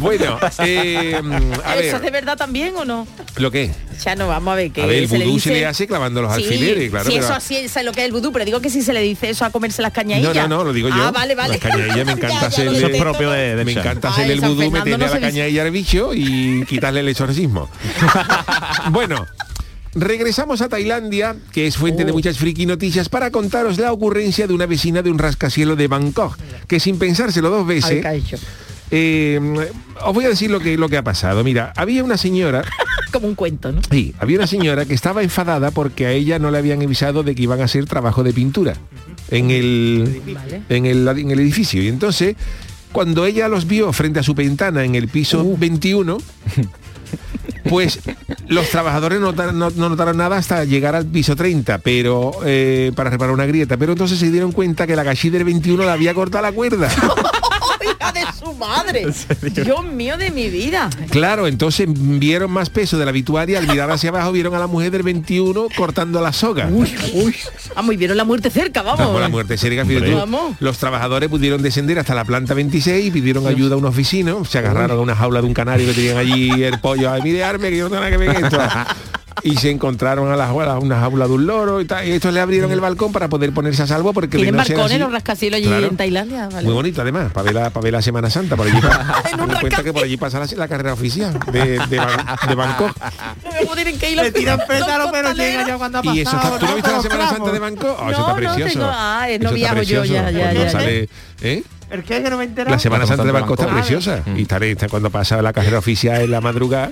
[SPEAKER 1] Bueno, eh, a
[SPEAKER 6] ¿Eso es de
[SPEAKER 1] ver,
[SPEAKER 6] verdad también o no?
[SPEAKER 1] ¿lo qué?
[SPEAKER 6] Ya no, vamos a ver qué
[SPEAKER 1] A ver, el
[SPEAKER 6] se le
[SPEAKER 1] vudú se
[SPEAKER 6] dice-
[SPEAKER 1] le hace clavando los
[SPEAKER 6] Sí,
[SPEAKER 1] alfileres, claro.
[SPEAKER 6] Sí,
[SPEAKER 1] pero-
[SPEAKER 6] eso así es lo que es el vudú, pero digo que si se le dice eso a comerse las cañadillas.
[SPEAKER 1] No, no, no, lo digo yo.
[SPEAKER 6] Ah, vale, vale.
[SPEAKER 1] Las cañadillas me encanta
[SPEAKER 6] (laughs) Ya, ya lo
[SPEAKER 1] hacerle-
[SPEAKER 7] Eso es
[SPEAKER 6] detecto.
[SPEAKER 7] propio de, Eh, de
[SPEAKER 1] Me
[SPEAKER 7] Chano.
[SPEAKER 1] encanta
[SPEAKER 6] Ay,
[SPEAKER 1] hacerle el
[SPEAKER 6] San
[SPEAKER 1] vudú,
[SPEAKER 6] Ah, Fernando
[SPEAKER 1] meterle
[SPEAKER 6] no
[SPEAKER 1] a la
[SPEAKER 6] se dice.
[SPEAKER 1] cañadilla al bicho y quitarle el
[SPEAKER 6] (laughs)
[SPEAKER 1] exorcismo. bueno. Regresamos a Tailandia, que es fuente
[SPEAKER 6] Oh.
[SPEAKER 1] de muchas friki noticias, para contaros la ocurrencia de una vecina de un rascacielo de Bangkok, que sin pensárselo dos
[SPEAKER 6] A ver,
[SPEAKER 1] veces,
[SPEAKER 6] ¿qué ha hecho?
[SPEAKER 1] eh, os voy a decir lo que, lo que ha pasado. Mira, había una señora
[SPEAKER 6] Como un cuento, ¿no?
[SPEAKER 1] Sí, había una señora que estaba enfadada porque a ella no le habían avisado de que iban a hacer trabajo de pintura en el,
[SPEAKER 6] Vale.
[SPEAKER 1] en el, en el edificio. Y entonces, cuando ella los vio frente a su ventana en el piso 21, pues los trabajadores notaron- no, no notaron nada hasta llegar al piso 30, pero eh, para reparar una grieta. Pero entonces se dieron cuenta que la gachí del 21 le había cortado la cuerda.
[SPEAKER 6] Hija de su madre.
[SPEAKER 1] (laughs)
[SPEAKER 6] Dios mío de mi vida.
[SPEAKER 1] Claro, entonces vieron más peso de la habitual y al mirar hacia abajo vieron a la mujer del 21 cortando la soga.
[SPEAKER 6] Uy, uy. Ah, muy vieron la muerte cerca, vamos.
[SPEAKER 1] Vamos, la muerte cerca, fíjate
[SPEAKER 7] Hombre.
[SPEAKER 1] tú.
[SPEAKER 6] Vamos.
[SPEAKER 1] Los trabajadores pudieron descender hasta la planta 26 y pidieron ayuda a unos vecinos. Se agarraron a una jaula de un canario que tenían allí el pollo. Ay, mire, arme, que yo no tengo nada que ver con
[SPEAKER 6] (laughs)
[SPEAKER 1] esto. Y se encontraron a las jaula, una jaula de un loro y tal. Y estos le abrieron el balcón para poder ponerse a salvo porque de
[SPEAKER 6] Tienen
[SPEAKER 1] no ser
[SPEAKER 6] balcones
[SPEAKER 1] así-
[SPEAKER 6] los rascacielos allí
[SPEAKER 1] Claro.
[SPEAKER 6] en Tailandia, vale.
[SPEAKER 1] Muy bonito además, para ver la, para ver la Semana Santa, por
[SPEAKER 6] (laughs)
[SPEAKER 1] allí.
[SPEAKER 6] En un
[SPEAKER 1] Ten en cuenta que por allí pasa la, la carrera oficial de, de, Ban- de Bangkok.
[SPEAKER 6] No me puedo ir en que ir
[SPEAKER 8] Le
[SPEAKER 6] los-
[SPEAKER 8] tiran
[SPEAKER 6] (laughs) los
[SPEAKER 8] pétalo, pero llega
[SPEAKER 6] costaleros.
[SPEAKER 8] ya cuando ha pasado.
[SPEAKER 1] Y eso está, ¿tú no
[SPEAKER 8] ¿no?
[SPEAKER 1] has visto la
[SPEAKER 8] Pero
[SPEAKER 1] Semana Santa
[SPEAKER 8] vamos.
[SPEAKER 1] de Bangkok? Ah, eso
[SPEAKER 6] No,
[SPEAKER 1] está
[SPEAKER 6] no tengo-
[SPEAKER 1] precioso.
[SPEAKER 6] ah, eh, no
[SPEAKER 1] Eso está
[SPEAKER 6] viajo yo, ya,
[SPEAKER 1] precioso.
[SPEAKER 6] ya,
[SPEAKER 1] Cuando
[SPEAKER 8] ya.
[SPEAKER 1] sale- ¿eh?
[SPEAKER 8] ¿El qué? Que no me he enterado.
[SPEAKER 1] La Semana Santa de Barco está
[SPEAKER 8] Bangkok.
[SPEAKER 1] preciosa. Y tal, está cuando pasa la carrera oficial en la madrugada,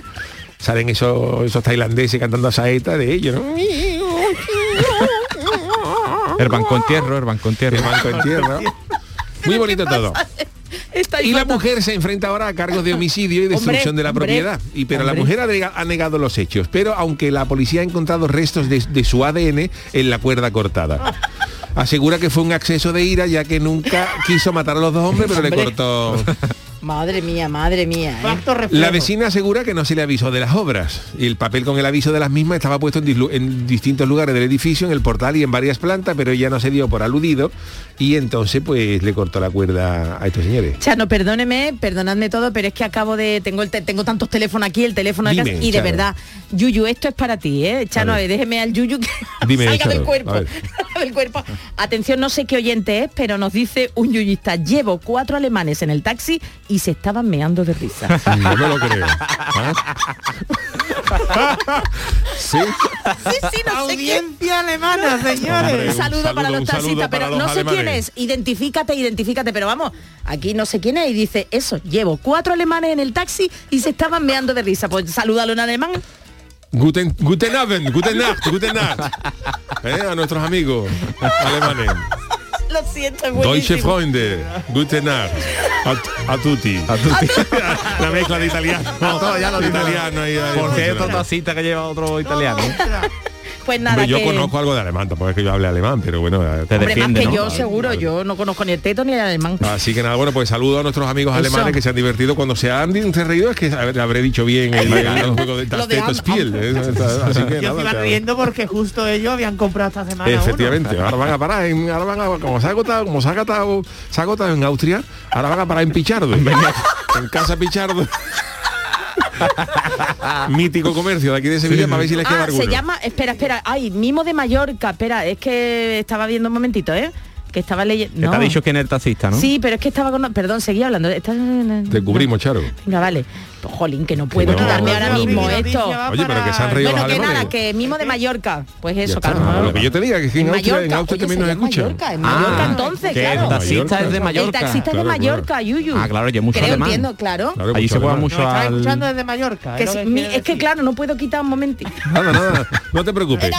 [SPEAKER 1] salen esos, esos tailandeses cantando a saeta de ellos, ¿no?
[SPEAKER 7] El banco entierro, el banco
[SPEAKER 6] (laughs)
[SPEAKER 7] entierro.
[SPEAKER 1] El banco en tierra. Muy bonito todo.
[SPEAKER 6] Está
[SPEAKER 1] Y la mujer se enfrenta ahora a cargos de homicidio y destrucción
[SPEAKER 6] Hombre,
[SPEAKER 1] de la
[SPEAKER 6] hombre,
[SPEAKER 1] propiedad. Y pero la
[SPEAKER 6] hombre.
[SPEAKER 1] mujer ha nega- ha negado los hechos. Pero aunque la policía ha encontrado restos de, de su ADN en la cuerda cortada. Asegura que fue un acceso de ira ya que nunca quiso matar a los dos hombres, pero le
[SPEAKER 6] Hombre. (laughs)
[SPEAKER 1] cortó.
[SPEAKER 6] Madre mía, madre mía. ¿eh?
[SPEAKER 8] Acto reflejo.
[SPEAKER 1] La vecina asegura que no se le avisó de las obras. Y el papel con el aviso de las mismas estaba puesto en, dislu- en distintos lugares del edificio, en el portal y en varias plantas, pero ella no se dio por aludido y entonces pues le cortó la cuerda a estos señores.
[SPEAKER 6] Chano, perdóneme, perdonadme todo, pero es que acabo de tengo el te- tengo tantos teléfonos aquí, el teléfono acá
[SPEAKER 1] Dime,
[SPEAKER 6] y de
[SPEAKER 1] Chano.
[SPEAKER 6] verdad, Yuyu, esto es para ti, ¿eh? Chano,
[SPEAKER 1] A
[SPEAKER 6] a
[SPEAKER 1] ver.
[SPEAKER 6] ver, déjeme al Yuyu que
[SPEAKER 1] Dime,
[SPEAKER 6] (laughs) salga
[SPEAKER 1] Chano,
[SPEAKER 6] del cuerpo.
[SPEAKER 1] a ver.
[SPEAKER 6] salga del cuerpo. Atención, no sé qué oyente es, pero nos dice un yuyista, llevo cuatro alemanes en el taxi y se estaban meando
[SPEAKER 1] (laughs)
[SPEAKER 6] de risa.
[SPEAKER 1] No me lo creo. ¿Ah? ¿Sí?
[SPEAKER 6] sí, sí, no sé quién.
[SPEAKER 8] Audiencia alemana,
[SPEAKER 1] Hombre,
[SPEAKER 8] señores.
[SPEAKER 6] Un
[SPEAKER 1] un
[SPEAKER 6] saludo, para
[SPEAKER 1] saludo,
[SPEAKER 6] los
[SPEAKER 1] un saludo
[SPEAKER 6] taxistas,
[SPEAKER 1] para
[SPEAKER 6] pero
[SPEAKER 1] los
[SPEAKER 6] no sé quién
[SPEAKER 1] alemanes.
[SPEAKER 6] es. Identifícate, identifícate, pero vamos, aquí no sé quién es y dice, eso, llevo cuatro alemanes en el taxi y se estaban meando de risa. Pues salúdalo en alemán.
[SPEAKER 1] Guten, guten Abend, guten Nacht, guten Nacht. ¿Eh? A nuestros amigos alemanes.
[SPEAKER 6] Lo siento, es
[SPEAKER 1] Deutsche
[SPEAKER 6] buenísimo.
[SPEAKER 1] Freunde, guten Nacht. A, a tutti. La mezcla de italiano.
[SPEAKER 7] todo, ya lo digo.
[SPEAKER 1] italiano y
[SPEAKER 7] Porque
[SPEAKER 6] (laughs)
[SPEAKER 7] es otra cita que lleva otro italiano.
[SPEAKER 6] Pues nada,
[SPEAKER 1] Hombre, yo
[SPEAKER 6] que-
[SPEAKER 1] conozco algo de alemán, tampoco es que yo hable alemán, pero bueno. eh,
[SPEAKER 7] Te
[SPEAKER 6] Hombre, más
[SPEAKER 7] defiende,
[SPEAKER 6] que
[SPEAKER 7] ¿no?
[SPEAKER 6] yo,
[SPEAKER 7] Vale,
[SPEAKER 6] seguro, yo no conozco ni el teto ni el alemán.
[SPEAKER 1] Así que nada, bueno, pues saludo a nuestros amigos
[SPEAKER 6] Eso.
[SPEAKER 1] alemanes que se han divertido. Cuando se han di- se han reído es que a ver, habré dicho bien el, el juego de
[SPEAKER 6] Lo de
[SPEAKER 1] Tasteto
[SPEAKER 6] Am-
[SPEAKER 1] Spiel. ¿eh? Así que nada,
[SPEAKER 8] Yo me iba
[SPEAKER 1] te-
[SPEAKER 8] riendo porque justo ellos habían comprado esta semana. uno.
[SPEAKER 1] Efectivamente, ahora van a parar, en, ahora van a, como se ha agotado, como se ha agotado, se ha agotado en Austria, ahora van a parar en Pichardo, en casa Pichardo.
[SPEAKER 6] (laughs)
[SPEAKER 1] Mítico comercio de aquí de Sevilla para ver si les queda
[SPEAKER 6] Ah,
[SPEAKER 1] alguno.
[SPEAKER 6] se llama, espera, espera, ay, Mimo de Mallorca, espera, es que estaba viendo un momentito, ¿eh? Que estaba leyendo.
[SPEAKER 7] Que te ha dicho que en el taxista, ¿no?
[SPEAKER 6] Sí, pero es que estaba con... Perdón, seguía hablando. Está-
[SPEAKER 1] Te cubrimos, Charo.
[SPEAKER 6] Venga, vale. Pues, jolín, que no puedo
[SPEAKER 1] no,
[SPEAKER 6] quitarme
[SPEAKER 1] no,
[SPEAKER 6] ahora
[SPEAKER 1] no,
[SPEAKER 6] mismo
[SPEAKER 1] no, no,
[SPEAKER 6] esto.
[SPEAKER 8] no,
[SPEAKER 1] Oye, pero que se han reído
[SPEAKER 6] Bueno,
[SPEAKER 1] los
[SPEAKER 6] que
[SPEAKER 1] alemanes.
[SPEAKER 6] nada, que mimo de Mallorca. Pues
[SPEAKER 1] Ya
[SPEAKER 6] eso,
[SPEAKER 1] está,
[SPEAKER 6] Carlos.
[SPEAKER 1] lo que yo te diga, que es que en Austria, en
[SPEAKER 6] Mallorca,
[SPEAKER 1] Austria
[SPEAKER 6] oye,
[SPEAKER 1] también nos
[SPEAKER 6] sería en
[SPEAKER 1] escuchan.
[SPEAKER 6] Mallorca, en Mallorca
[SPEAKER 7] Ah,
[SPEAKER 6] entonces,
[SPEAKER 7] que el
[SPEAKER 6] claro.
[SPEAKER 7] taxista es de
[SPEAKER 6] El
[SPEAKER 7] Mallorca.
[SPEAKER 6] taxista es
[SPEAKER 1] Claro,
[SPEAKER 6] de
[SPEAKER 1] claro.
[SPEAKER 6] Mallorca, Yuyu.
[SPEAKER 7] Ah, claro, y hay mucho
[SPEAKER 6] Creo,
[SPEAKER 7] alemán.
[SPEAKER 6] entiendo, claro.
[SPEAKER 1] Claro,
[SPEAKER 7] Allí se juega
[SPEAKER 1] alemán.
[SPEAKER 7] mucho
[SPEAKER 8] Nos están
[SPEAKER 7] al...
[SPEAKER 8] escuchando desde Mallorca.
[SPEAKER 6] Que
[SPEAKER 8] es
[SPEAKER 6] si-
[SPEAKER 8] lo
[SPEAKER 6] mi-
[SPEAKER 8] quiere
[SPEAKER 6] es que
[SPEAKER 8] decir.
[SPEAKER 6] claro, no puedo quitar un momentito.
[SPEAKER 1] (laughs) Nada, nada, no te preocupes.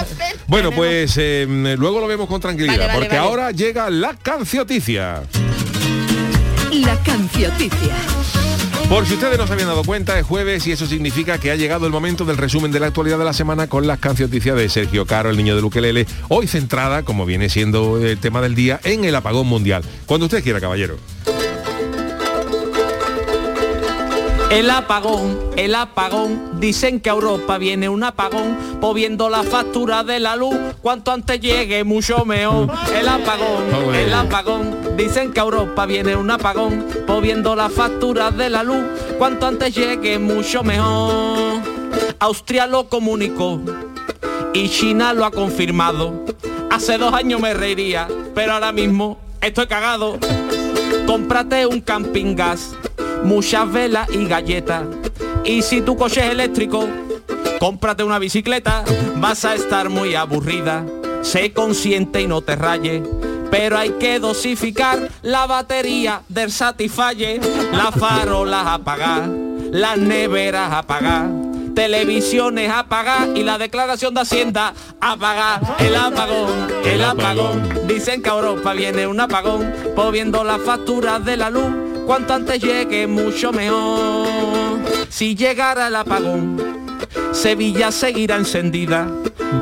[SPEAKER 1] Bueno, pues eh, luego lo vemos con tranquilidad,
[SPEAKER 6] Vale, vale,
[SPEAKER 1] porque
[SPEAKER 6] vale.
[SPEAKER 1] ahora llega la cancioticia.
[SPEAKER 4] La cancioticia.
[SPEAKER 1] Por si ustedes no se habían dado cuenta, es jueves y eso significa que ha llegado el momento del resumen de la actualidad de la semana con las cancioticias de Sergio Caro, el niño de Luquelele, hoy centrada, como viene siendo el tema del día, en el apagón mundial. Cuando usted quiera, caballero.
[SPEAKER 7] El apagón, el apagón, dicen que a Europa viene un apagón, moviendo la factura de la luz, cuanto antes llegue mucho mejor. El apagón,
[SPEAKER 1] Ole.
[SPEAKER 7] el apagón, dicen que a Europa viene un apagón, moviendo la factura de la luz, cuanto antes llegue mucho mejor. Austria lo comunicó y China lo ha confirmado. Hace dos años me reiría, pero ahora mismo estoy cagado. Cómprate un camping gas, muchas velas y galletas. Y si tu coche es eléctrico, cómprate una bicicleta. Vas a estar muy aburrida. Sé consciente y no te rayes. Pero hay que dosificar la batería del Satisfyer, las farolas apagar, las neveras apagar televisiones apagar y la declaración de Hacienda apagar el apagón, el apagón. Dicen que a Europa viene un apagón, moviendo las facturas de la luz. Cuanto antes llegue, mucho mejor. Si llegara el apagón, Sevilla seguirá encendida.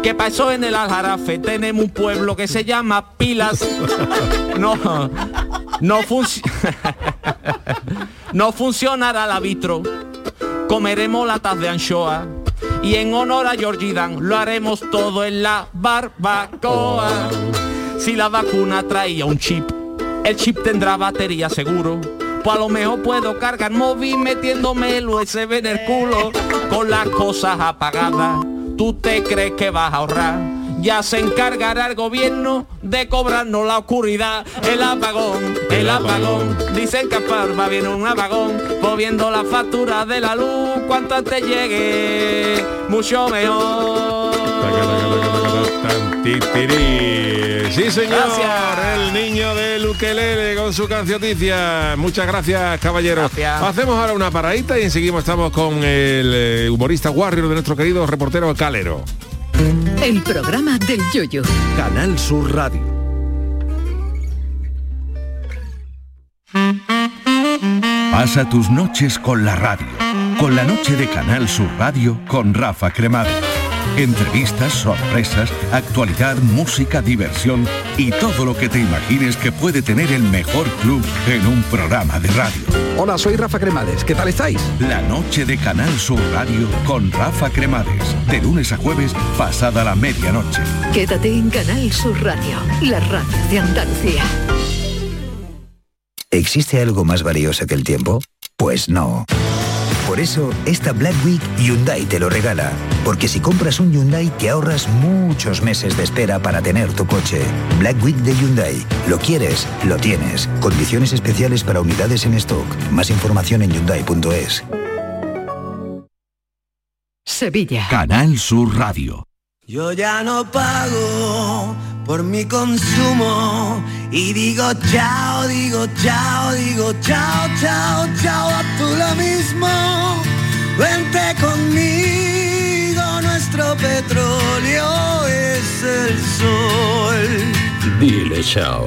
[SPEAKER 7] Que pasó en el Aljarafe, tenemos un pueblo que se llama Pilas. (laughs) No, no, funci- no funcionará la vitro comeremos latas de anchoa y en honor a Georgie Dan lo haremos todo en la barbacoa. Si la vacuna traía un chip, el chip tendrá batería seguro. Pues a lo mejor puedo cargar móvil metiéndome el USB en el culo. Con las cosas apagadas, tú te crees que vas a ahorrar. Ya se encargará el gobierno de cobrarnos la oscuridad. El apagón, el apagón. Dicen que a Parma viene un apagón, moviendo la factura de la luz. Cuanto antes llegue, mucho
[SPEAKER 1] Taca,
[SPEAKER 7] mejor.
[SPEAKER 1] taca, taca, taca, taca, tan, ti, tirí. Sí, señor.
[SPEAKER 7] Gracias.
[SPEAKER 1] El niño de Luquelele con su cancioticia. Muchas gracias, caballero.
[SPEAKER 7] Gracias.
[SPEAKER 1] Hacemos ahora una paradita y enseguida estamos con el eh, humorista Warrior de nuestro querido reportero Calero.
[SPEAKER 4] El programa del yoyo.
[SPEAKER 2] Canal Sur Radio.
[SPEAKER 9] Pasa tus noches con la radio. Con la noche de Canal Sur Radio con Rafa Cremades. Entrevistas, sorpresas, actualidad, música, diversión y todo lo que te imagines que puede tener el mejor club en un programa de radio.
[SPEAKER 10] Hola, soy Rafa Cremades. ¿Qué tal estáis?
[SPEAKER 9] La noche de Canal Sur Radio con Rafa Cremades. De lunes a jueves, pasada la medianoche.
[SPEAKER 4] Quédate en Canal Sur Radio, la radio de Andalucía.
[SPEAKER 11] ¿Existe algo más valioso que el tiempo? Pues no. Por eso, esta Black Week Hyundai te lo regala. Porque si compras un Hyundai te ahorras muchos meses de espera para tener tu coche. Black Week de Hyundai. Lo quieres, lo tienes. Condiciones especiales para unidades en stock. Más información en hyundai.es.
[SPEAKER 4] Sevilla.
[SPEAKER 9] Canal Sur Radio.
[SPEAKER 12] Yo ya no pago por mi consumo y digo chao, digo chao, digo chao, chao, chao, a tú lo mismo. Vente conmigo, nuestro petróleo es el sol.
[SPEAKER 13] Dile chao.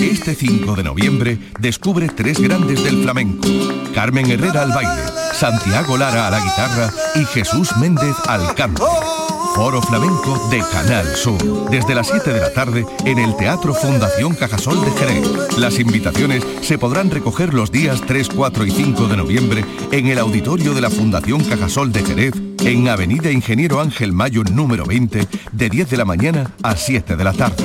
[SPEAKER 9] Este 5 de noviembre descubre tres grandes del flamenco. Carmen Herrera al baile, Santiago Lara a la guitarra y Jesús Méndez al canto. Foro Flamenco de Canal Sur, desde las 7 de la tarde en el Teatro Fundación Cajasol de Jerez. Las invitaciones se podrán recoger los días 3, 4 y 5 de noviembre en el auditorio de la Fundación Cajasol de Jerez, en Avenida Ingeniero Ángel Mayo número 20, de 10 de la mañana a 7 de la tarde.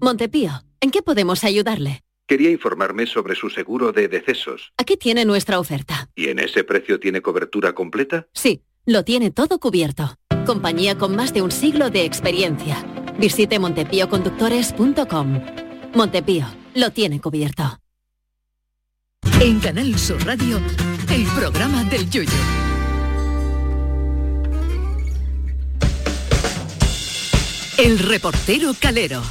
[SPEAKER 14] Montepío, ¿en qué podemos ayudarle?
[SPEAKER 15] Quería informarme sobre su seguro de decesos.
[SPEAKER 14] Aquí tiene nuestra oferta.
[SPEAKER 15] ¿Y en ese precio tiene cobertura completa?
[SPEAKER 14] Sí, lo tiene todo cubierto compañía con más de un siglo de experiencia. Visite montepíoconductores.com. Montepío lo tiene cubierto.
[SPEAKER 4] En Canal Sur Radio, el programa del Yoyo. El reportero calero.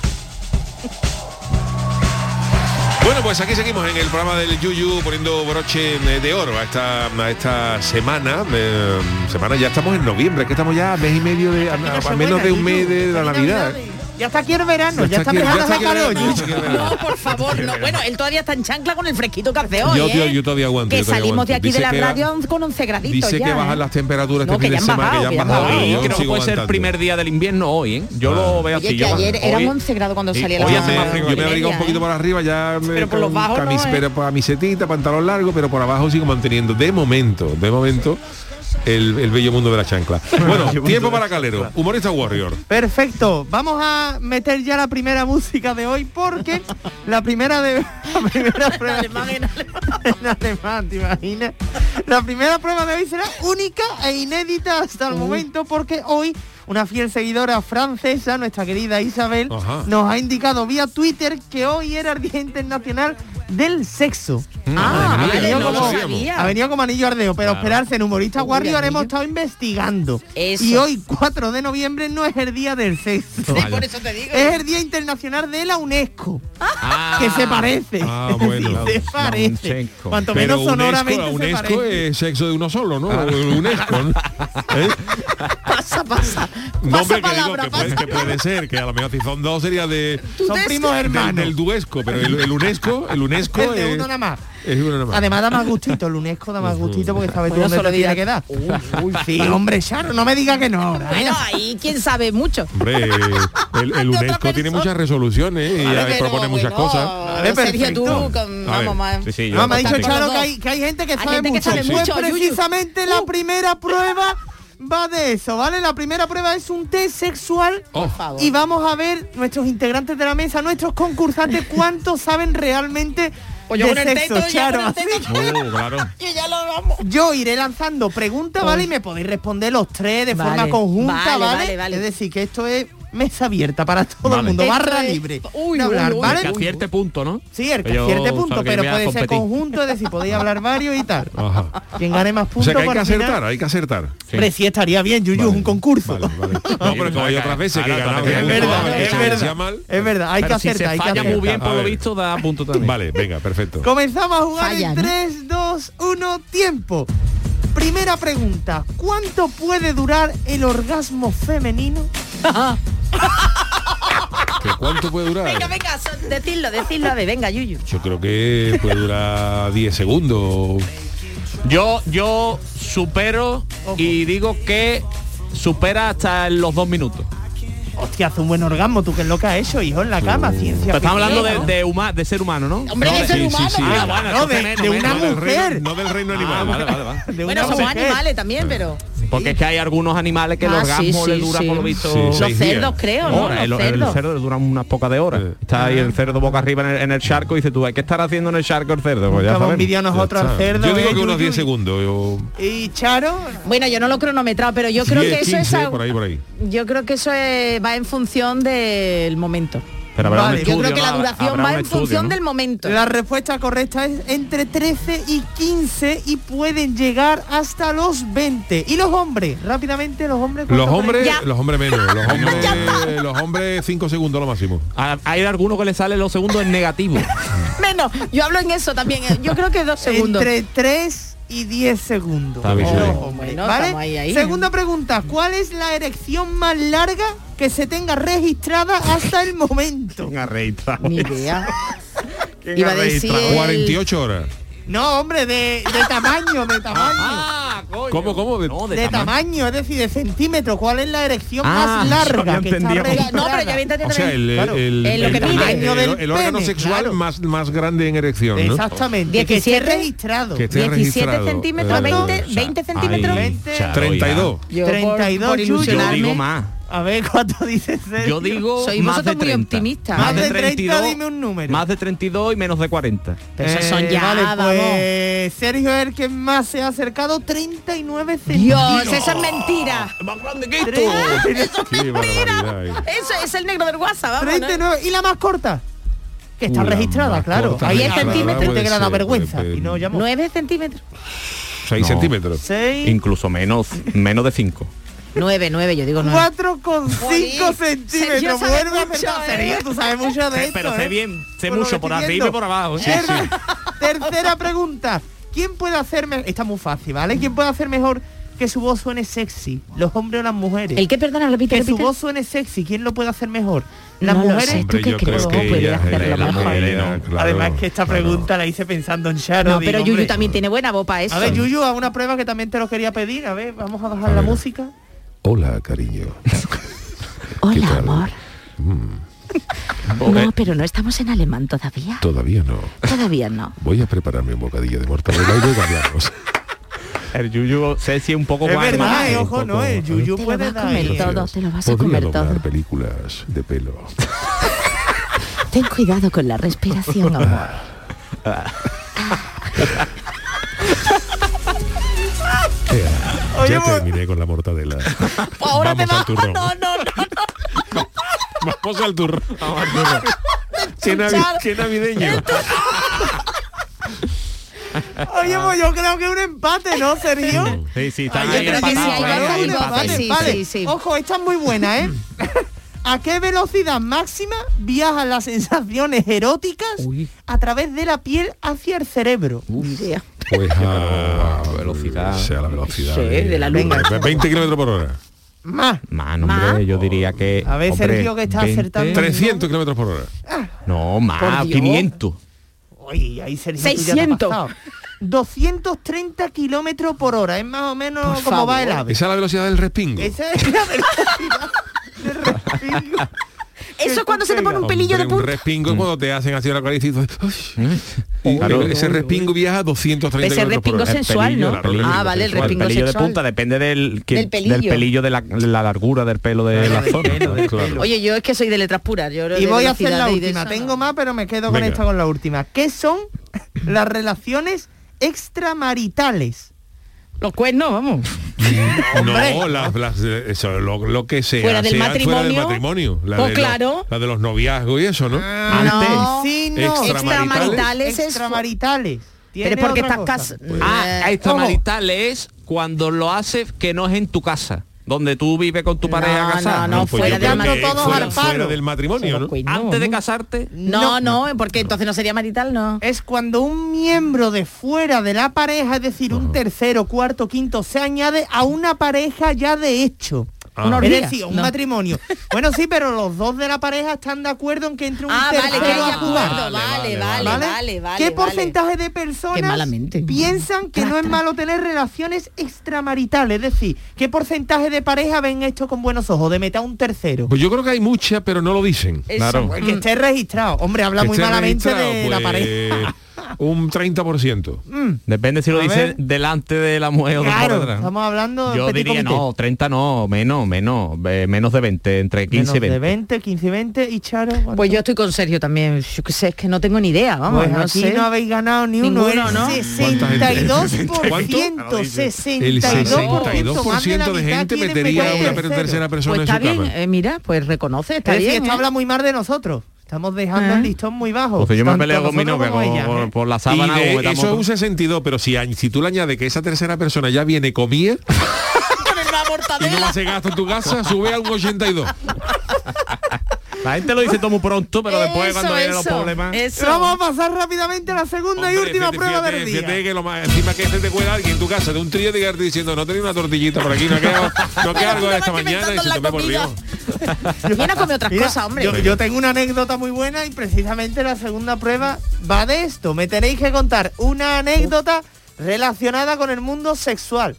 [SPEAKER 1] Bueno, pues aquí seguimos en el programa del Yuyu poniendo broche de oro a esta, a esta semana. Eh, semana ya estamos en noviembre, que estamos ya a mes y medio de, a, a menos de un mes de la Navidad.
[SPEAKER 6] Ya está aquí el verano, ya está,
[SPEAKER 1] aquí- ya está
[SPEAKER 6] empezando
[SPEAKER 1] aquí el
[SPEAKER 6] el calor.
[SPEAKER 1] verano, ya está aquí el verano.
[SPEAKER 6] No, por favor, no. Bueno, él todavía está en chancla con el fresquito que hace hoy.
[SPEAKER 1] Yo,
[SPEAKER 6] ¿eh?
[SPEAKER 1] tío, yo todavía aguanto,
[SPEAKER 6] Que
[SPEAKER 1] yo todavía
[SPEAKER 6] salimos
[SPEAKER 1] aguanto.
[SPEAKER 6] de aquí de
[SPEAKER 1] Dice
[SPEAKER 6] la
[SPEAKER 1] que
[SPEAKER 6] radio con 11 graditos
[SPEAKER 1] Dice
[SPEAKER 6] ya.
[SPEAKER 1] que
[SPEAKER 6] ¿eh?
[SPEAKER 1] bajan las temperaturas
[SPEAKER 6] No,
[SPEAKER 1] este
[SPEAKER 6] que
[SPEAKER 1] fin de
[SPEAKER 6] ya han
[SPEAKER 1] semana, que ya
[SPEAKER 6] bajado,
[SPEAKER 1] han
[SPEAKER 6] que ya han
[SPEAKER 1] bajado.
[SPEAKER 6] bajado.
[SPEAKER 1] y yo
[SPEAKER 7] Ah, Creo que
[SPEAKER 1] sigo
[SPEAKER 7] puede ser el
[SPEAKER 1] aguantando.
[SPEAKER 7] primer día del invierno hoy, ¿eh? Yo lo veo
[SPEAKER 6] Oye,
[SPEAKER 7] así.
[SPEAKER 6] que
[SPEAKER 7] yo-
[SPEAKER 6] ayer
[SPEAKER 7] hoy-
[SPEAKER 6] eran 11 grados cuando salía la
[SPEAKER 1] Hoy
[SPEAKER 6] la
[SPEAKER 1] hace- yo me he
[SPEAKER 6] media,
[SPEAKER 1] abrigado un poquito
[SPEAKER 6] ¿eh?
[SPEAKER 1] por arriba, ya me
[SPEAKER 6] Pero por los bajos no, ¿eh?
[SPEAKER 1] pero camisetita, pantalón largo, pero por abajo sigo manteniendo de momento, de momento el, el bello mundo de la chancla. Bueno, tiempo para Calero, humorista Warrior.
[SPEAKER 8] Perfecto, vamos a meter ya la primera música de hoy porque la primera de (laughs) la primera prueba
[SPEAKER 6] (laughs)
[SPEAKER 8] (laughs) en alemán, ¿te imaginas? La primera prueba de hoy será única e inédita hasta el momento porque hoy una fiel seguidora francesa, nuestra querida Isabel,
[SPEAKER 16] Ajá.
[SPEAKER 8] nos ha indicado vía Twitter que hoy era el Día Internacional del sexo.
[SPEAKER 6] Ah,
[SPEAKER 8] ha,
[SPEAKER 6] vale,
[SPEAKER 8] venido
[SPEAKER 6] no lo
[SPEAKER 8] como,
[SPEAKER 6] sabía.
[SPEAKER 8] ha venido como anillo ardeo, pero
[SPEAKER 6] Claro.
[SPEAKER 8] esperarse en humorista
[SPEAKER 6] Uy,
[SPEAKER 8] Warrior
[SPEAKER 6] anillo.
[SPEAKER 8] hemos estado investigando.
[SPEAKER 6] Eso.
[SPEAKER 8] Y hoy, 4 de noviembre, no es el día del sexo.
[SPEAKER 6] Por eso te digo.
[SPEAKER 8] Es el Día Internacional de la UNESCO. que se parece.
[SPEAKER 1] Ah, bueno.
[SPEAKER 8] (laughs) se parece. Cuanto menos
[SPEAKER 1] Pero
[SPEAKER 8] sonoramente
[SPEAKER 1] UNESCO,
[SPEAKER 8] se
[SPEAKER 1] la
[SPEAKER 8] parece.
[SPEAKER 1] UNESCO es sexo de uno solo, ¿no? (laughs) UNESCO, ¿no? ¿Eh?
[SPEAKER 6] Pasa, pasa.
[SPEAKER 1] No,
[SPEAKER 6] Pasa
[SPEAKER 1] hombre, que digo
[SPEAKER 6] palabra,
[SPEAKER 1] que
[SPEAKER 6] pasa.
[SPEAKER 1] puede, que puede ser, que a lo mejor si son dos sería de...
[SPEAKER 6] Son Tudesco. primos hermanos.
[SPEAKER 1] Del, del duesco, pero el, el UNESCO, el UNESCO
[SPEAKER 8] Es de
[SPEAKER 1] es...
[SPEAKER 8] uno nada más.
[SPEAKER 1] es uno nada más.
[SPEAKER 8] Además da más gustito, el UNESCO da más gustito porque sabes tú
[SPEAKER 6] Bueno,
[SPEAKER 8] dónde
[SPEAKER 6] Pues solo
[SPEAKER 8] te tiene
[SPEAKER 6] dirá-
[SPEAKER 8] que dar.
[SPEAKER 6] Uy,
[SPEAKER 8] uy, sí, hombre, Charo, no me diga que no.
[SPEAKER 6] Bueno, ahí quién sabe mucho.
[SPEAKER 1] Hombre,
[SPEAKER 6] (laughs)
[SPEAKER 1] el, el UNESCO tiene muchas resoluciones y
[SPEAKER 6] Vale,
[SPEAKER 1] eh,
[SPEAKER 6] pero
[SPEAKER 1] propone muchas
[SPEAKER 6] bueno,
[SPEAKER 1] cosas.
[SPEAKER 6] Vale, Sergio, tú perfecto. con-
[SPEAKER 1] A ver,
[SPEAKER 6] vamos, ma-
[SPEAKER 1] sí, sí, yo-
[SPEAKER 8] No, me ha dicho
[SPEAKER 1] Sí.
[SPEAKER 8] Charo que hay, que hay gente que
[SPEAKER 6] Hay
[SPEAKER 8] sabe
[SPEAKER 6] gente que
[SPEAKER 8] mucho.
[SPEAKER 6] sabe
[SPEAKER 8] Pues
[SPEAKER 6] mucho, Yuyu. Uh.
[SPEAKER 8] precisamente la primera prueba va de eso, ¿vale? La primera prueba es un test sexual
[SPEAKER 6] Por favor.
[SPEAKER 8] y vamos a ver nuestros integrantes de la mesa, nuestros
[SPEAKER 6] (laughs)
[SPEAKER 8] concursantes, cuánto saben realmente
[SPEAKER 6] Pues yo
[SPEAKER 8] de
[SPEAKER 6] con el
[SPEAKER 8] sexo,
[SPEAKER 6] teto, yo
[SPEAKER 8] Charo.
[SPEAKER 6] con el teto.
[SPEAKER 8] Así que-
[SPEAKER 1] Oh, claro.
[SPEAKER 6] Yo ya lo vamos.
[SPEAKER 8] (laughs) yo iré lanzando preguntas, ¿vale? Y me podéis responder los tres de
[SPEAKER 6] Oh. Vale.
[SPEAKER 8] forma conjunta,
[SPEAKER 6] Vale,
[SPEAKER 8] ¿vale?
[SPEAKER 6] vale, vale.
[SPEAKER 8] Es decir, que esto es mesa abierta para todo el mundo,
[SPEAKER 7] Esto
[SPEAKER 8] barra
[SPEAKER 7] es-
[SPEAKER 8] libre.
[SPEAKER 7] Uy,
[SPEAKER 8] de
[SPEAKER 7] uy,
[SPEAKER 8] hablar,
[SPEAKER 7] uy,
[SPEAKER 8] ¿vale?
[SPEAKER 7] Que acierte punto, ¿no?
[SPEAKER 8] Sí, el que
[SPEAKER 7] Yo
[SPEAKER 8] acierte
[SPEAKER 7] sabe
[SPEAKER 8] punto,
[SPEAKER 7] que
[SPEAKER 8] pero
[SPEAKER 7] me voy a
[SPEAKER 8] puede ser
[SPEAKER 7] competir.
[SPEAKER 8] conjunto, es decir, podéis hablar varios y tal. Quien gane más
[SPEAKER 1] O
[SPEAKER 8] puntos
[SPEAKER 1] sea que hay que
[SPEAKER 8] para el final-
[SPEAKER 1] acertar, hay que acertar.
[SPEAKER 8] Hombre, sí estaría bien, Yuyu, es un concurso. (laughs)
[SPEAKER 1] No, pero como hay otras veces que
[SPEAKER 7] Ahora,
[SPEAKER 1] ganamos.
[SPEAKER 7] (laughs) también es verdad,
[SPEAKER 1] que
[SPEAKER 7] es
[SPEAKER 1] se
[SPEAKER 7] verdad.
[SPEAKER 1] decía mal.
[SPEAKER 8] Es verdad, hay
[SPEAKER 7] Pero
[SPEAKER 8] que
[SPEAKER 7] si se
[SPEAKER 8] acertar, hay que
[SPEAKER 7] falla
[SPEAKER 8] acertar.
[SPEAKER 7] muy bien, por
[SPEAKER 1] A
[SPEAKER 7] lo
[SPEAKER 1] ver.
[SPEAKER 7] visto, da punto también.
[SPEAKER 1] Vale, venga, perfecto.
[SPEAKER 8] Comenzamos a jugar
[SPEAKER 6] Falla,
[SPEAKER 8] en
[SPEAKER 6] ¿no?
[SPEAKER 8] 3, 2, 1, tiempo. Primera pregunta, ¿cuánto puede durar el orgasmo femenino?
[SPEAKER 1] ¿Que ¿Cuánto puede durar?
[SPEAKER 6] Venga, venga, son- decidlo, decidlo, a ver, venga, Yuyu.
[SPEAKER 1] Yo creo que puede durar 10 segundos.
[SPEAKER 7] Yo, yo supero y digo que supera hasta los dos minutos.
[SPEAKER 8] Hostia, hace un buen orgasmo, tú que es lo que has hecho, hijo, en la cama, ciencia.
[SPEAKER 7] Pero Uh. Pues estamos
[SPEAKER 8] ficción,
[SPEAKER 7] hablando de,
[SPEAKER 8] ¿no?
[SPEAKER 7] de, huma- de ser humano, ¿no?
[SPEAKER 6] Hombre,
[SPEAKER 7] no,
[SPEAKER 6] de ser humano,
[SPEAKER 8] Ah,
[SPEAKER 7] Ah, bueno,
[SPEAKER 8] no, de,
[SPEAKER 7] entonces
[SPEAKER 8] de
[SPEAKER 7] menos,
[SPEAKER 8] una
[SPEAKER 7] menos, del reino-
[SPEAKER 8] mujer.
[SPEAKER 1] No del reino
[SPEAKER 7] Ah,
[SPEAKER 1] animal.
[SPEAKER 7] vale, vale, vale.
[SPEAKER 8] de
[SPEAKER 6] Bueno,
[SPEAKER 8] una
[SPEAKER 6] somos
[SPEAKER 8] mujer.
[SPEAKER 6] animales también, pero.
[SPEAKER 7] Porque es que hay algunos animales que el
[SPEAKER 6] Ah, sí,
[SPEAKER 7] orgasmo
[SPEAKER 6] sí,
[SPEAKER 7] le dura
[SPEAKER 6] sí.
[SPEAKER 7] por lo visto.
[SPEAKER 1] Sí,
[SPEAKER 7] Los
[SPEAKER 1] seis días.
[SPEAKER 6] Cerdos, creo, ¿no?
[SPEAKER 7] horas. el,
[SPEAKER 6] Los
[SPEAKER 7] el
[SPEAKER 6] cerdos.
[SPEAKER 7] cerdo le dura unas pocas de horas. Está ahí el cerdo boca arriba en el, en el charco y dice, tú, ¿qué estará haciendo en el charco el cerdo? Pues ya
[SPEAKER 8] Estamos
[SPEAKER 7] sabemos.
[SPEAKER 8] envidiando
[SPEAKER 1] Ya
[SPEAKER 8] nosotros al
[SPEAKER 1] está.
[SPEAKER 8] cerdo.
[SPEAKER 1] Yo digo
[SPEAKER 8] ¿eh,
[SPEAKER 1] que unos
[SPEAKER 8] Yuyu?
[SPEAKER 1] 10 segundos. Yo,
[SPEAKER 8] Y Charo,
[SPEAKER 6] Bueno, yo no lo he cronometrado, pero yo creo
[SPEAKER 1] 10,
[SPEAKER 6] que eso
[SPEAKER 1] 15,
[SPEAKER 6] es. a-
[SPEAKER 1] por ahí, por ahí.
[SPEAKER 6] Yo creo que eso es- va en función del momento.
[SPEAKER 7] Pero habrá
[SPEAKER 8] Vale,
[SPEAKER 7] un
[SPEAKER 8] yo
[SPEAKER 7] estudio,
[SPEAKER 6] yo creo que la
[SPEAKER 7] ¿no?
[SPEAKER 6] duración
[SPEAKER 7] Habrá
[SPEAKER 6] va
[SPEAKER 7] un
[SPEAKER 6] en
[SPEAKER 7] estudio,
[SPEAKER 6] función
[SPEAKER 7] ¿no?
[SPEAKER 6] del momento.
[SPEAKER 8] la respuesta correcta es entre 13 y 15 y pueden llegar hasta los 20. ¿Y los hombres? Rápidamente, los hombres.
[SPEAKER 1] Los
[SPEAKER 8] ¿cuánto
[SPEAKER 1] hombres,
[SPEAKER 8] creen?
[SPEAKER 6] (laughs) Ya.
[SPEAKER 1] los hombres menos. Los hombres, los hombres 5 segundos lo máximo.
[SPEAKER 7] A- Hay algunos que le salen los segundos
[SPEAKER 6] (laughs)
[SPEAKER 7] en negativo.
[SPEAKER 6] Menos, yo hablo en eso también. eh, Yo creo que (laughs) dos segundos.
[SPEAKER 8] Entre 3 y 10 segundos.
[SPEAKER 7] Está bien.
[SPEAKER 8] Los
[SPEAKER 7] Bueno,
[SPEAKER 8] hombres,
[SPEAKER 6] bueno,
[SPEAKER 8] ¿vale?
[SPEAKER 6] estamos ahí, ahí.
[SPEAKER 8] Segunda pregunta, ¿cuál es la erección más larga que se tenga registrada hasta el momento?
[SPEAKER 6] Ni idea. Iba a decir. el-
[SPEAKER 1] 48 horas.
[SPEAKER 8] No, hombre, de, de tamaño, de tamaño.
[SPEAKER 7] Ah, coño.
[SPEAKER 1] ¿Cómo, cómo? De-
[SPEAKER 7] No,
[SPEAKER 8] De, tamaño, es decir, de centímetro. ¿Cuál es la erección
[SPEAKER 7] Ah,
[SPEAKER 8] más larga?
[SPEAKER 7] yo
[SPEAKER 8] Que está
[SPEAKER 7] entendía.
[SPEAKER 8] registrada?
[SPEAKER 6] No, pero yo había entendido
[SPEAKER 1] O sea,
[SPEAKER 6] también.
[SPEAKER 1] el,
[SPEAKER 8] Claro.
[SPEAKER 1] el,
[SPEAKER 6] Es lo
[SPEAKER 1] el
[SPEAKER 6] que
[SPEAKER 1] tamaño,
[SPEAKER 6] mide.
[SPEAKER 1] el-
[SPEAKER 8] del
[SPEAKER 1] el órgano
[SPEAKER 8] pene,
[SPEAKER 1] sexual
[SPEAKER 8] claro.
[SPEAKER 1] más, más grande en erección, ¿no?
[SPEAKER 8] Exactamente. Que esté
[SPEAKER 6] 17.
[SPEAKER 8] registrado.
[SPEAKER 1] Que esté
[SPEAKER 6] 17
[SPEAKER 1] registrado,
[SPEAKER 6] centímetros,
[SPEAKER 1] eh,
[SPEAKER 6] 20, 20 centímetros.
[SPEAKER 7] Ay,
[SPEAKER 8] 20,
[SPEAKER 7] Charo,
[SPEAKER 1] 32.
[SPEAKER 6] Yo por-
[SPEAKER 8] 32, Yuyu.
[SPEAKER 6] por
[SPEAKER 7] ya. Yo
[SPEAKER 6] ilusionarme.
[SPEAKER 7] digo más.
[SPEAKER 8] A ver, (laughs) ¿cuánto dices?
[SPEAKER 7] Yo digo
[SPEAKER 6] Sois
[SPEAKER 7] más de
[SPEAKER 6] vosotros muy
[SPEAKER 7] 30.
[SPEAKER 6] optimistas.
[SPEAKER 7] Más
[SPEAKER 8] Más
[SPEAKER 7] de
[SPEAKER 8] de 30,
[SPEAKER 7] 32,
[SPEAKER 8] dime un número.
[SPEAKER 7] Más de 32 y menos de 40.
[SPEAKER 6] Pero esos son ya,
[SPEAKER 8] Eh, vale,
[SPEAKER 6] vamos.
[SPEAKER 8] pues, Sergio es el que más se ha acercado, 39 centímetros.
[SPEAKER 6] Dios, eso es mentira.
[SPEAKER 7] Más grande que
[SPEAKER 1] Qué barbaridad.
[SPEAKER 6] Eso es el negro del WhatsApp, vamos. ¿no?
[SPEAKER 8] 39. ¿Y la más corta? Que está
[SPEAKER 1] Uy, la
[SPEAKER 8] registrada,
[SPEAKER 1] más
[SPEAKER 8] claro.
[SPEAKER 1] corta,
[SPEAKER 8] Ahí
[SPEAKER 6] Diez
[SPEAKER 8] es
[SPEAKER 6] centímetros.
[SPEAKER 8] gente que le da
[SPEAKER 1] puede
[SPEAKER 8] vergüenza.
[SPEAKER 1] ser,
[SPEAKER 8] Y no
[SPEAKER 1] puede-
[SPEAKER 8] llamó.
[SPEAKER 6] 9 centímetros.
[SPEAKER 1] 6
[SPEAKER 7] No.
[SPEAKER 1] centímetros.
[SPEAKER 8] 6,
[SPEAKER 7] Incluso menos, menos de 5.
[SPEAKER 6] 9, 9, yo digo 9.
[SPEAKER 8] 4,5
[SPEAKER 6] Jolín, Sergio
[SPEAKER 8] centímetros.
[SPEAKER 6] sabe
[SPEAKER 8] Vuelve a
[SPEAKER 6] mucho,
[SPEAKER 8] acertar,
[SPEAKER 6] ¿eh?
[SPEAKER 8] Sergio, tú sabes mucho de esto.
[SPEAKER 7] Pero sé
[SPEAKER 8] ¿eh?
[SPEAKER 7] bien,
[SPEAKER 8] Por
[SPEAKER 7] sé
[SPEAKER 8] lo que
[SPEAKER 7] mucho por
[SPEAKER 8] estoy
[SPEAKER 7] arriba y
[SPEAKER 8] viendo.
[SPEAKER 7] por abajo. ¿eh?
[SPEAKER 8] Tercera- Tercera pregunta. ¿Quién puede hacerme... Está muy fácil, ¿vale? ¿Quién puede hacer mejor que su voz suene sexy? ¿Los hombres o las mujeres?
[SPEAKER 6] El que perdona, repite,
[SPEAKER 8] que su
[SPEAKER 6] repite.
[SPEAKER 8] voz suene sexy, ¿quién lo puede hacer mejor? Las
[SPEAKER 6] No lo
[SPEAKER 8] mujeres.
[SPEAKER 6] sé. ¿Tú
[SPEAKER 1] Hombre,
[SPEAKER 6] qué
[SPEAKER 1] yo
[SPEAKER 6] crees?
[SPEAKER 1] creo
[SPEAKER 6] ¿Cómo
[SPEAKER 1] que
[SPEAKER 6] podría
[SPEAKER 1] ella
[SPEAKER 6] hacerlo
[SPEAKER 1] es la
[SPEAKER 6] mejor?
[SPEAKER 1] mujer, ¿no? Claro,
[SPEAKER 8] Además que esta
[SPEAKER 1] claro.
[SPEAKER 8] pregunta la hice pensando en Sharon.
[SPEAKER 6] No, pero
[SPEAKER 8] digo,
[SPEAKER 6] Yuyu
[SPEAKER 8] hombre,
[SPEAKER 6] también tiene buena voz para eso.
[SPEAKER 8] A ver, Yuyu, a una prueba que también te lo quería pedir. A ver, vamos a bajar
[SPEAKER 1] A
[SPEAKER 8] la
[SPEAKER 1] ver.
[SPEAKER 8] música.
[SPEAKER 1] Hola, cariño. ¿Qué
[SPEAKER 14] Hola,
[SPEAKER 1] tal? Mm.
[SPEAKER 14] amor. (laughs) No, pero no estamos en alemán todavía.
[SPEAKER 1] Todavía no.
[SPEAKER 14] Todavía no.
[SPEAKER 1] Voy a prepararme un bocadillo de mortadela y luego hablamos.
[SPEAKER 7] El Yuyu sé si es un poco
[SPEAKER 8] Es
[SPEAKER 7] guay,
[SPEAKER 8] verdad,
[SPEAKER 7] ¿no?
[SPEAKER 8] eh,
[SPEAKER 7] Un
[SPEAKER 8] ojo,
[SPEAKER 7] poco-
[SPEAKER 8] no, el Yuyu
[SPEAKER 14] Te lo
[SPEAKER 8] puede
[SPEAKER 14] vas a
[SPEAKER 8] dar. ahí,
[SPEAKER 14] comer
[SPEAKER 8] eh.
[SPEAKER 14] todo, te lo vas a comer todo.
[SPEAKER 1] películas de pelo.
[SPEAKER 14] Ten cuidado con la respiración, amor.
[SPEAKER 1] Ah,
[SPEAKER 8] Oye,
[SPEAKER 1] ya
[SPEAKER 8] pues-
[SPEAKER 1] terminé con la (laughs) mortadela.
[SPEAKER 6] Ahora te
[SPEAKER 1] Vamos al
[SPEAKER 6] vas.
[SPEAKER 1] turrón.
[SPEAKER 6] (laughs) No, no, no.
[SPEAKER 1] Vamos al turrón. Qué, navi- qué navideño.
[SPEAKER 16] Ah.
[SPEAKER 8] Oye, pues yo creo que es un empate, ¿no,
[SPEAKER 16] (laughs)
[SPEAKER 8] Sergio?
[SPEAKER 16] Sí, sí, está
[SPEAKER 6] Ah,
[SPEAKER 8] Yo
[SPEAKER 16] ahí
[SPEAKER 8] creo que sí,
[SPEAKER 16] empatado,
[SPEAKER 8] hay
[SPEAKER 16] ¿eh?
[SPEAKER 8] varios
[SPEAKER 16] Hay
[SPEAKER 8] empates.
[SPEAKER 16] empate.
[SPEAKER 8] Vale, Ojo, esta es muy buena, ¿eh? ¿A qué velocidad máxima viajan las sensaciones eróticas a través de la piel hacia el cerebro?
[SPEAKER 16] Uh.
[SPEAKER 8] Idea.
[SPEAKER 1] Pues a la velocidad. Sea la velocidad.
[SPEAKER 8] Sí, de la luz.
[SPEAKER 1] Venga, 20 kilómetros por hora.
[SPEAKER 8] Más.
[SPEAKER 16] Mano, hombre, yo diría que...
[SPEAKER 8] A ver,
[SPEAKER 16] hombre,
[SPEAKER 8] Sergio, que está acertando.
[SPEAKER 1] 300 kilómetros por hora.
[SPEAKER 16] No, más,
[SPEAKER 8] Por Dios.
[SPEAKER 16] 500.
[SPEAKER 8] Oye, ahí Sergio, tú ya te has
[SPEAKER 6] 600.
[SPEAKER 8] pasado. 230 kilómetros por hora, es más o menos como va el ave.
[SPEAKER 1] Esa es la velocidad del respingo.
[SPEAKER 8] Esa es la velocidad.
[SPEAKER 16] (laughs)
[SPEAKER 6] Eso es cuando se te pone un
[SPEAKER 1] Hombre,
[SPEAKER 6] pelillo de
[SPEAKER 1] Un
[SPEAKER 6] punta.
[SPEAKER 1] respingo es cuando te hacen así la caricia y dices, "Uy". Y claro, ese respingo viaja a 230
[SPEAKER 6] Ese
[SPEAKER 1] kilómetros por hora.
[SPEAKER 6] respingo sensual,
[SPEAKER 16] pelillo,
[SPEAKER 6] ¿no?
[SPEAKER 16] el pelillo
[SPEAKER 6] Ah, vale, el
[SPEAKER 16] sensual.
[SPEAKER 6] respingo
[SPEAKER 16] pelillo
[SPEAKER 6] sexual.
[SPEAKER 16] de punta depende del, que-
[SPEAKER 6] Del
[SPEAKER 16] del
[SPEAKER 6] pelillo.
[SPEAKER 16] pelillo, de la, de la largura del pelo de la zona. Claro.
[SPEAKER 6] Oye, yo es que soy de letras puras. Yo
[SPEAKER 8] Y
[SPEAKER 6] de
[SPEAKER 8] voy a hacer
[SPEAKER 6] velocidad
[SPEAKER 8] la
[SPEAKER 6] y de
[SPEAKER 8] última.
[SPEAKER 6] eso
[SPEAKER 8] Tengo más, pero me quedo con
[SPEAKER 16] Venga.
[SPEAKER 8] esta con la última. ¿Qué
[SPEAKER 6] (laughs)
[SPEAKER 8] son las relaciones extramaritales?
[SPEAKER 6] Los cuernos, vamos.
[SPEAKER 1] No, las, las- eso, lo, lo que sea,
[SPEAKER 6] Fuera del
[SPEAKER 1] sea fuera del
[SPEAKER 6] matrimonio.
[SPEAKER 1] matrimonio. La
[SPEAKER 6] Pues
[SPEAKER 1] de
[SPEAKER 6] claro.
[SPEAKER 1] Los, la de los noviazgos y eso, ¿no?
[SPEAKER 8] No, sí, no.
[SPEAKER 6] Extramaritales es-
[SPEAKER 8] Extramaritales.
[SPEAKER 6] Pero es
[SPEAKER 8] Tiene
[SPEAKER 6] porque
[SPEAKER 8] otra
[SPEAKER 6] estás
[SPEAKER 8] cosa.
[SPEAKER 6] cas...
[SPEAKER 1] Pues.
[SPEAKER 16] Ah,
[SPEAKER 6] Eh,
[SPEAKER 16] extramarital es cuando lo haces que no es en tu casa, donde tú vives con tu pareja
[SPEAKER 6] no,
[SPEAKER 16] casada.
[SPEAKER 6] no,
[SPEAKER 1] pues fuera yo del creo que matrimonio. fuera- fuera del matrimonio, ¿no?
[SPEAKER 16] Antes de casarte.
[SPEAKER 6] No, no, porque entonces no sería marital, no.
[SPEAKER 8] Es cuando un miembro de fuera de la pareja, es decir, un tercero, cuarto, quinto, se añade a una pareja ya de hecho.
[SPEAKER 6] Ah. Una orgía,
[SPEAKER 8] es decir, un
[SPEAKER 6] no.
[SPEAKER 8] matrimonio. Bueno, sí, pero los dos de la pareja están de acuerdo en que entre un
[SPEAKER 6] Ah, vale,
[SPEAKER 8] tercero
[SPEAKER 6] que hay
[SPEAKER 8] a jugar.
[SPEAKER 6] acuerdo. Vale, vale, vale, vale, vale.
[SPEAKER 8] ¿Qué porcentaje de personas
[SPEAKER 6] malamente.
[SPEAKER 8] piensan que no es malo tener relaciones extramaritales? Es decir, ¿qué porcentaje de pareja ven esto con buenos ojos? De meter a un tercero.
[SPEAKER 1] Pues yo creo que hay mucha, pero no lo dicen.
[SPEAKER 8] Eso, pues, que esté registrado. Hombre, habla
[SPEAKER 1] Que
[SPEAKER 8] muy
[SPEAKER 1] esté
[SPEAKER 8] malamente de
[SPEAKER 1] registrado,
[SPEAKER 8] la
[SPEAKER 1] Este pues,
[SPEAKER 8] pareja.
[SPEAKER 1] (laughs) Un 30%.
[SPEAKER 16] Depende si lo
[SPEAKER 8] A
[SPEAKER 16] dices
[SPEAKER 8] ver.
[SPEAKER 16] delante de la mujer o
[SPEAKER 8] Claro,
[SPEAKER 16] de atrás.
[SPEAKER 8] estamos hablando
[SPEAKER 16] Yo
[SPEAKER 8] petit
[SPEAKER 16] diría
[SPEAKER 8] comité.
[SPEAKER 16] no, 30 no, menos, menos, eh, menos de 20, entre 15 y
[SPEAKER 8] Menos de
[SPEAKER 16] 20.
[SPEAKER 8] 20, 15 y 20 y Charo. ¿cuánto?
[SPEAKER 6] Pues yo estoy con Sergio también. Yo qué sé, es que no tengo ni idea, vamos.
[SPEAKER 8] Pues
[SPEAKER 6] no
[SPEAKER 8] aquí
[SPEAKER 6] sé.
[SPEAKER 8] no habéis ganado ni uno, ¿eh?
[SPEAKER 6] Ninguno,
[SPEAKER 8] el
[SPEAKER 6] ¿no?
[SPEAKER 8] 62%,
[SPEAKER 1] ¿Cuánto? El
[SPEAKER 8] 62%, más de la
[SPEAKER 1] 62% de
[SPEAKER 8] mitad
[SPEAKER 1] gente
[SPEAKER 8] quieren
[SPEAKER 1] metería a
[SPEAKER 8] meter
[SPEAKER 1] una per-
[SPEAKER 8] tercero.
[SPEAKER 1] tercera persona
[SPEAKER 6] Pues
[SPEAKER 1] en
[SPEAKER 6] está
[SPEAKER 1] su
[SPEAKER 6] bien,
[SPEAKER 1] cama.
[SPEAKER 6] eh, mira, pues reconoce,
[SPEAKER 8] Es
[SPEAKER 6] está
[SPEAKER 8] decir,
[SPEAKER 6] bien.
[SPEAKER 8] esto
[SPEAKER 6] ¿eh?
[SPEAKER 8] habla muy mal de nosotros. Estamos dejando el listón muy bajo.
[SPEAKER 16] Entonces yo me
[SPEAKER 8] tanto
[SPEAKER 16] peleo con mi novia
[SPEAKER 8] nosotros como
[SPEAKER 16] con-
[SPEAKER 8] ella,
[SPEAKER 16] por,
[SPEAKER 8] ¿eh?
[SPEAKER 16] por la
[SPEAKER 1] Y
[SPEAKER 16] sábana.
[SPEAKER 1] de-
[SPEAKER 16] porque
[SPEAKER 1] eso es un
[SPEAKER 16] estamos-
[SPEAKER 1] 62, pero si, añ- si tú le añades que esa tercera persona ya viene comida y no hace gasto en tu casa, sube a un 82.
[SPEAKER 16] La gente lo dice todo muy pronto, pero después
[SPEAKER 8] Eso,
[SPEAKER 16] cuando vienen los
[SPEAKER 8] eso,
[SPEAKER 16] problemas...
[SPEAKER 8] eso. Vamos a pasar rápidamente a la segunda y última
[SPEAKER 1] Fíjate,
[SPEAKER 8] prueba
[SPEAKER 1] fíjate,
[SPEAKER 8] del día.
[SPEAKER 1] fíjate que lo más, encima que este te cuela alguien en tu casa de un trío de quedarte diciendo, no tenía una tortillita por aquí, no queda, no queda algo de esta mañana y se te por Dios.
[SPEAKER 8] (laughs)
[SPEAKER 6] Viene a comer otras
[SPEAKER 8] Mira,
[SPEAKER 6] cosas, hombre.
[SPEAKER 8] Yo, yo tengo una anécdota muy buena y precisamente la segunda prueba va de esto. Me tenéis que contar una anécdota relacionada con el mundo sexual.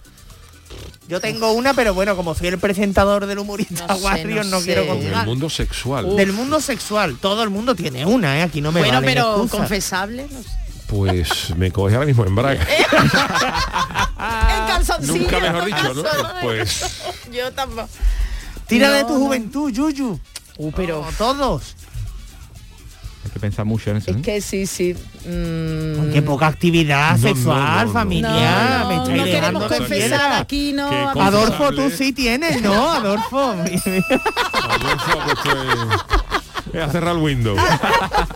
[SPEAKER 8] Yo tengo una, pero bueno, como soy el presentador del humorista
[SPEAKER 6] No sé,
[SPEAKER 8] Warrior,
[SPEAKER 6] no
[SPEAKER 8] no,
[SPEAKER 6] sé.
[SPEAKER 8] quiero
[SPEAKER 1] Con el
[SPEAKER 8] contar.
[SPEAKER 1] mundo sexual.
[SPEAKER 8] Del mundo sexual, todo el mundo tiene una, ¿eh? Aquí no me
[SPEAKER 6] bueno,
[SPEAKER 8] valen
[SPEAKER 6] pero
[SPEAKER 8] excusas.
[SPEAKER 6] confesable. no sé.
[SPEAKER 1] Pues me coge ahora mismo en
[SPEAKER 6] (laughs)
[SPEAKER 1] braga.
[SPEAKER 6] Eh,
[SPEAKER 8] Ah,
[SPEAKER 6] en calzoncillo.
[SPEAKER 1] Nunca mejor dicho,
[SPEAKER 6] (laughs)
[SPEAKER 1] ¿no? Pues
[SPEAKER 6] Yo tampoco.
[SPEAKER 8] Tira de
[SPEAKER 6] No,
[SPEAKER 8] tu
[SPEAKER 6] no.
[SPEAKER 8] juventud, Yuyu. Uh, pero todos.
[SPEAKER 16] Hay que pensar mucho en eso. ¿eh?
[SPEAKER 6] Es que sí, sí. Mm.
[SPEAKER 8] Qué poca actividad
[SPEAKER 16] No, no,
[SPEAKER 8] sexual,
[SPEAKER 16] no, no.
[SPEAKER 8] familiar.
[SPEAKER 6] No,
[SPEAKER 8] me
[SPEAKER 6] no,
[SPEAKER 8] estáis
[SPEAKER 6] no
[SPEAKER 8] dejando
[SPEAKER 6] queremos
[SPEAKER 8] con
[SPEAKER 6] confesar
[SPEAKER 8] piedra.
[SPEAKER 6] aquí, no, Qué aquí no.
[SPEAKER 8] Adolfo,
[SPEAKER 6] confesable.
[SPEAKER 8] tú sí tienes, ¿no?
[SPEAKER 6] (laughs)
[SPEAKER 8] Adolfo.
[SPEAKER 1] Ah, voy pues, eh, a cerrar el window.
[SPEAKER 6] Ah,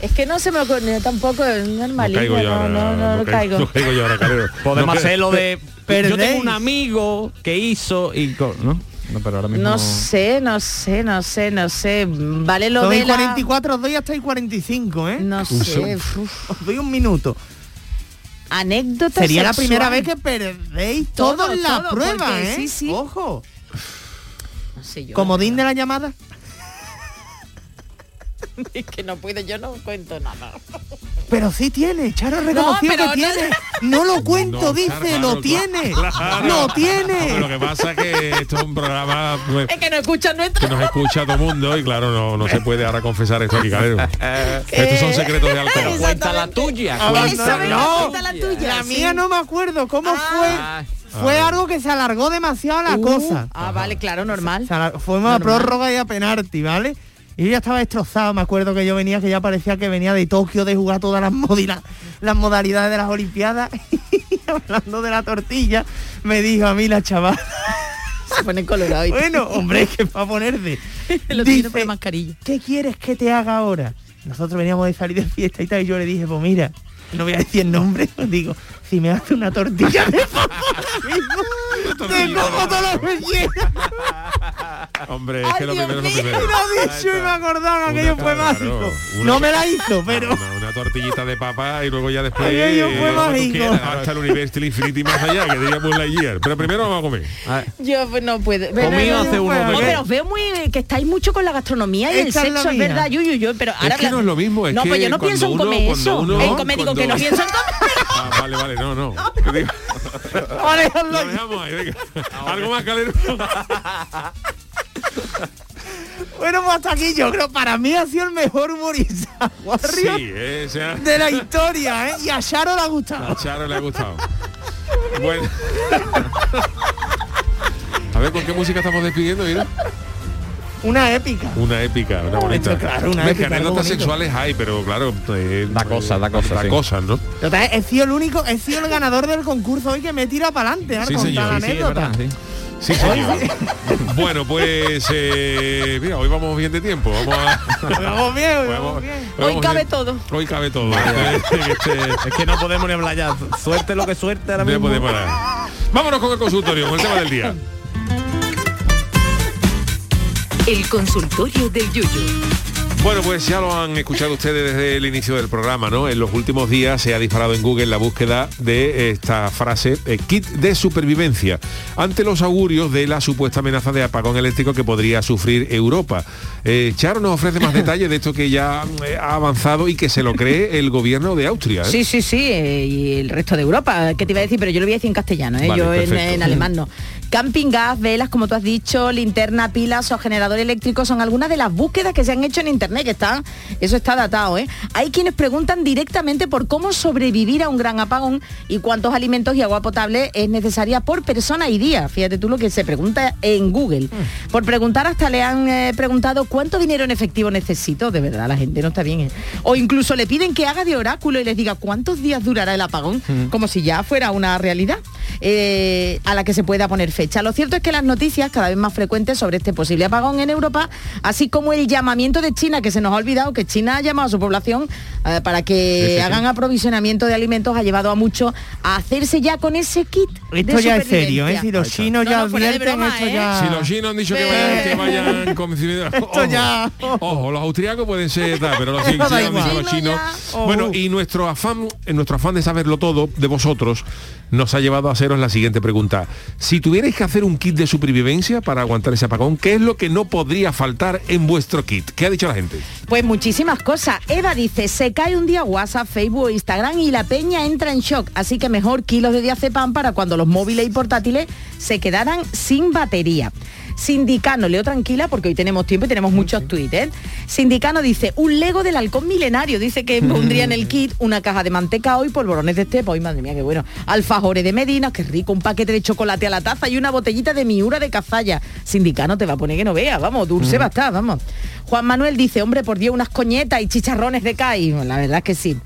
[SPEAKER 6] Es que no se me ocurre tampoco, es
[SPEAKER 1] No
[SPEAKER 6] normalito.
[SPEAKER 1] caigo yo
[SPEAKER 6] No,
[SPEAKER 1] ahora.
[SPEAKER 6] no, no, no caigo.
[SPEAKER 1] No caigo yo ahora, Calero.
[SPEAKER 16] Podemos
[SPEAKER 1] No,
[SPEAKER 16] hacerlo de... Yo tengo
[SPEAKER 6] perdéis.
[SPEAKER 16] un amigo que hizo y... co- ¿no? no, pero ahora mismo...
[SPEAKER 6] No sé, no sé, no sé, no sé. Vale lo
[SPEAKER 8] doy
[SPEAKER 6] de la...
[SPEAKER 8] 44, os doy hasta el 45, ¿eh?
[SPEAKER 6] No
[SPEAKER 8] Uso.
[SPEAKER 6] sé.
[SPEAKER 8] Os doy un minuto.
[SPEAKER 6] Anécdota
[SPEAKER 8] Sería la
[SPEAKER 6] sexual.
[SPEAKER 8] primera vez que perdéis
[SPEAKER 6] Todo,
[SPEAKER 8] todos la
[SPEAKER 6] todo,
[SPEAKER 8] prueba,
[SPEAKER 6] porque
[SPEAKER 8] ¿eh?
[SPEAKER 6] sí, sí.
[SPEAKER 8] Ojo.
[SPEAKER 6] No sé yo.
[SPEAKER 8] Comodín de la llamada.
[SPEAKER 6] (laughs) Es que no puedo, yo no cuento nada.
[SPEAKER 8] Pero sí tiene, Charo reconoció
[SPEAKER 6] pero
[SPEAKER 8] que
[SPEAKER 6] no-
[SPEAKER 8] tiene. No lo cuento,
[SPEAKER 1] No,
[SPEAKER 8] dice,
[SPEAKER 1] claro, claro,
[SPEAKER 8] lo tiene.
[SPEAKER 1] claro.
[SPEAKER 8] Lo
[SPEAKER 1] Hombre, Lo
[SPEAKER 8] tiene.
[SPEAKER 1] que pasa es que esto es un programa pues,
[SPEAKER 6] Es que no escuchan nuestra.
[SPEAKER 1] que nos escucha todo el mundo y claro, no, no se puede ahora confesar esto aquí,
[SPEAKER 6] (laughs)
[SPEAKER 1] Calero. Estos
[SPEAKER 6] Eh,
[SPEAKER 1] son secretos de
[SPEAKER 16] Pero
[SPEAKER 1] alcohol.
[SPEAKER 16] cuenta la tuya.
[SPEAKER 8] Ah,
[SPEAKER 16] cuenta
[SPEAKER 8] eso,
[SPEAKER 16] la
[SPEAKER 8] venga,
[SPEAKER 16] tuya.
[SPEAKER 8] cuenta
[SPEAKER 6] la tuya.
[SPEAKER 8] La mía no me acuerdo cómo
[SPEAKER 6] Ah.
[SPEAKER 8] fue. Fue
[SPEAKER 16] Ah.
[SPEAKER 8] algo que se alargó demasiado la cosa.
[SPEAKER 6] Ah, vale, claro, normal.
[SPEAKER 8] Se alar- Fue una prórroga y a penalti, ¿vale? Y yo ya estaba destrozado, me acuerdo que yo venía, que ya parecía que venía de Tokio de jugar todas las, modila- las modalidades de las Olimpiadas. (laughs) Y hablando de la tortilla, me dijo a mí la chaval.
[SPEAKER 6] Se pone colorado. y-
[SPEAKER 8] Bueno, hombre, es que para ponerte.
[SPEAKER 6] (laughs) Lo tiene por la mascarilla.
[SPEAKER 8] ¿Qué quieres que te haga ahora? Nosotros veníamos de salir de fiesta y tal, y yo le dije, pues mira, no voy a decir el nombre, (laughs) os digo, si me hace una tortilla
[SPEAKER 1] (laughs)
[SPEAKER 8] de papa ahora mismo, te como toda la rellena.
[SPEAKER 1] Hombre, es que lo primero es lo
[SPEAKER 8] Me
[SPEAKER 1] primero.
[SPEAKER 8] lo ha dicho y me acordaba que aquello fue mágico.
[SPEAKER 1] una- Ah,
[SPEAKER 8] No me la hizo, pero...
[SPEAKER 1] Una, una tortillita de papa y luego ya después.
[SPEAKER 8] Aquello
[SPEAKER 1] eh, lo que
[SPEAKER 8] fue
[SPEAKER 1] tú
[SPEAKER 8] mágico.
[SPEAKER 1] quieras, Hasta el Universal Infinity más allá, que diríamos la year. Pero primero vamos a comer.
[SPEAKER 6] Yo pues, no puedo.
[SPEAKER 1] Conmigo hace uno,
[SPEAKER 6] No,
[SPEAKER 1] Pepe.
[SPEAKER 6] pero os veo muy que estáis mucho con la gastronomía y el
[SPEAKER 1] Esta es la
[SPEAKER 6] sexo, es
[SPEAKER 1] mía.
[SPEAKER 6] verdad, Yuyu, yo, pero ahora
[SPEAKER 1] es que
[SPEAKER 6] habla-
[SPEAKER 1] no es lo mismo. Es
[SPEAKER 6] No,
[SPEAKER 1] que
[SPEAKER 6] pues yo no pienso en
[SPEAKER 1] cuando uno-
[SPEAKER 6] comer
[SPEAKER 1] cuando
[SPEAKER 6] eso.
[SPEAKER 1] uno-
[SPEAKER 6] en comer digo que
[SPEAKER 1] cuando-
[SPEAKER 6] no pienso en comer.
[SPEAKER 1] Ah, vale, vale, no, no.
[SPEAKER 8] (laughs)
[SPEAKER 1] Lo dejamos ahí, venga. Algo más calero.
[SPEAKER 8] Bueno, pues hasta aquí yo creo para mí ha sido el mejor humorista
[SPEAKER 1] Sí,
[SPEAKER 8] guarrio,
[SPEAKER 1] eh, o sea,
[SPEAKER 8] de la historia, ¿eh? Y a Charo le ha gustado.
[SPEAKER 1] A Charo le ha gustado. Bueno. A ver, ¿con qué música estamos despidiendo, mira?
[SPEAKER 8] Una épica.
[SPEAKER 1] Una épica, una bonita.
[SPEAKER 8] claro, una
[SPEAKER 1] Hombre,
[SPEAKER 8] épica,
[SPEAKER 1] que
[SPEAKER 8] algo
[SPEAKER 1] anécdotas
[SPEAKER 8] bonito.
[SPEAKER 1] sexuales hay, pero claro, da cosas, da cosas. Da cosas, ¿no?
[SPEAKER 8] Lo que pasa es que He sido el único, he sido el ganador del concurso hoy que me tira para adelante. Ahora
[SPEAKER 1] Sí,
[SPEAKER 8] ¿eh?
[SPEAKER 1] señor.
[SPEAKER 8] contar la
[SPEAKER 1] Sí, sí, es
[SPEAKER 8] anécdota.
[SPEAKER 1] Sí, señor. (laughs) bueno, pues eh, mira, hoy vamos bien de tiempo. Vamos a...
[SPEAKER 8] Vamos bien, hoy
[SPEAKER 1] vamos
[SPEAKER 8] bien.
[SPEAKER 1] (laughs) Hoy cabe
[SPEAKER 6] todo.
[SPEAKER 1] Hoy cabe todo. (laughs) Este, es que no podemos ni hablar ya. Suerte lo que suerte ahora mismo. Vámonos con el consultorio, con el tema del día.
[SPEAKER 4] El consultorio del Yuyu.
[SPEAKER 1] Bueno, pues ya lo han escuchado ustedes desde el inicio del programa, ¿no? En los últimos días se ha disparado en Google la búsqueda de esta frase, eh, kit de supervivencia, ante los augurios de la supuesta amenaza de apagón eléctrico que podría sufrir Europa. Eh, Charo nos ofrece más detalles de esto que ya eh, ha avanzado y que se lo cree el gobierno de Austria. ¿eh?
[SPEAKER 6] Sí, sí, sí, eh, y el resto de Europa, ¿qué te iba a decir? Pero yo lo voy a decir en castellano, ¿eh?
[SPEAKER 1] Vale,
[SPEAKER 6] yo en,
[SPEAKER 1] perfecto.
[SPEAKER 6] en alemán no. Camping gas, velas, como tú has dicho, linterna, pilas o generador eléctrico son algunas de las búsquedas que se han hecho en internet, que están, eso está datado, ¿eh? Hay quienes preguntan directamente por cómo sobrevivir a un gran apagón y cuántos alimentos y agua potable es necesaria por persona y día. Fíjate tú lo que se pregunta en Google.
[SPEAKER 1] Mm.
[SPEAKER 6] Por preguntar hasta le han eh, preguntado cuánto dinero en efectivo necesito, de verdad, la gente no está bien. ¿eh? O incluso le piden que haga de oráculo y les diga cuántos días durará el apagón,
[SPEAKER 17] Mm.
[SPEAKER 6] como si ya fuera una realidad eh, a la que se pueda poner fecha. Lo cierto es que las noticias cada vez más frecuentes sobre este posible apagón en Europa, así como el llamamiento de China, que se nos ha olvidado que China ha llamado a su población eh, para que
[SPEAKER 17] Sí, sí, sí.
[SPEAKER 6] hagan aprovisionamiento de alimentos, ha llevado a muchos a hacerse ya con ese kit. de
[SPEAKER 8] Esto ya es serio, ¿eh?
[SPEAKER 6] supervivencia.
[SPEAKER 8] Si los chinos ya
[SPEAKER 6] fuera de
[SPEAKER 8] advierten,
[SPEAKER 6] broma,
[SPEAKER 8] esto
[SPEAKER 6] ¿eh?
[SPEAKER 8] ya...
[SPEAKER 1] Si los chinos han dicho que vayan, que
[SPEAKER 8] (laughs)
[SPEAKER 1] vayan con- Ojo,
[SPEAKER 8] ya-
[SPEAKER 1] Ojo, los austriacos pueden ser tal, pero
[SPEAKER 8] (laughs)
[SPEAKER 1] los, sí- sí
[SPEAKER 8] Da
[SPEAKER 1] han dicho
[SPEAKER 8] igual. Oh.
[SPEAKER 1] los chinos.
[SPEAKER 8] Ojo.
[SPEAKER 1] Bueno, y nuestro afán, en nuestro afán de saberlo todo de vosotros, nos ha llevado a haceros la siguiente pregunta. Si tuvierais que hacer un kit de supervivencia para aguantar ese apagón, ¿qué es lo que no podría faltar en vuestro kit? ¿Qué ha dicho la gente?
[SPEAKER 6] Pues muchísimas cosas. Eva dice, se cae un día WhatsApp, Facebook, o Instagram y la peña entra en shock. Así que mejor kilos de diazepam para cuando los móviles y portátiles se quedaran sin batería. Sindicano, leo tranquila porque hoy tenemos tiempo y tenemos muchos tweets. ¿eh? Sindicano dice, un lego del halcón milenario. Dice que pondría en el kit una caja de mantecao y polvorones de estepa. Ay, madre mía, qué Eh, bueno. Alfajores de Medina, qué rico, un paquete de chocolate a la taza y una botellita de miura de cazalla. Sindicano te va a poner que no vea, vamos, dulce va a estar, vamos. Juan Manuel dice, hombre, por Dios, unas coñetas y chicharrones de CAI. La verdad es que sí.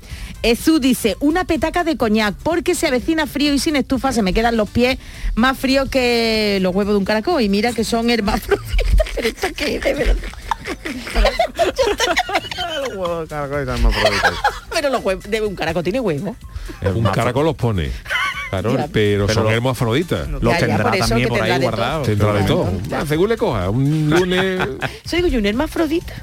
[SPEAKER 6] Ezú dice, una petaca de coñac, porque se avecina frío y sin estufa se me quedan los pies más fríos que los huevos de un caracol. Y mira que son hermafroditas. Pero esto qué es, de verdad. (laughs) Pero los huevos de un caracol tiene huevo.
[SPEAKER 1] Un caracol los
[SPEAKER 16] (laughs)
[SPEAKER 1] pone. Claro,
[SPEAKER 6] Ya.
[SPEAKER 1] pero,
[SPEAKER 16] Eh, Pero
[SPEAKER 1] son
[SPEAKER 16] lo-
[SPEAKER 1] hermafroditas.
[SPEAKER 6] Los Ya, ya, tendrá por eso también que por ahí tendrá de guardados. todo.
[SPEAKER 1] Tendrá de todo. Ah, Según le coja.
[SPEAKER 16] (laughs)
[SPEAKER 1] Un lunes.
[SPEAKER 6] Soy digo yo, un hermafrodita.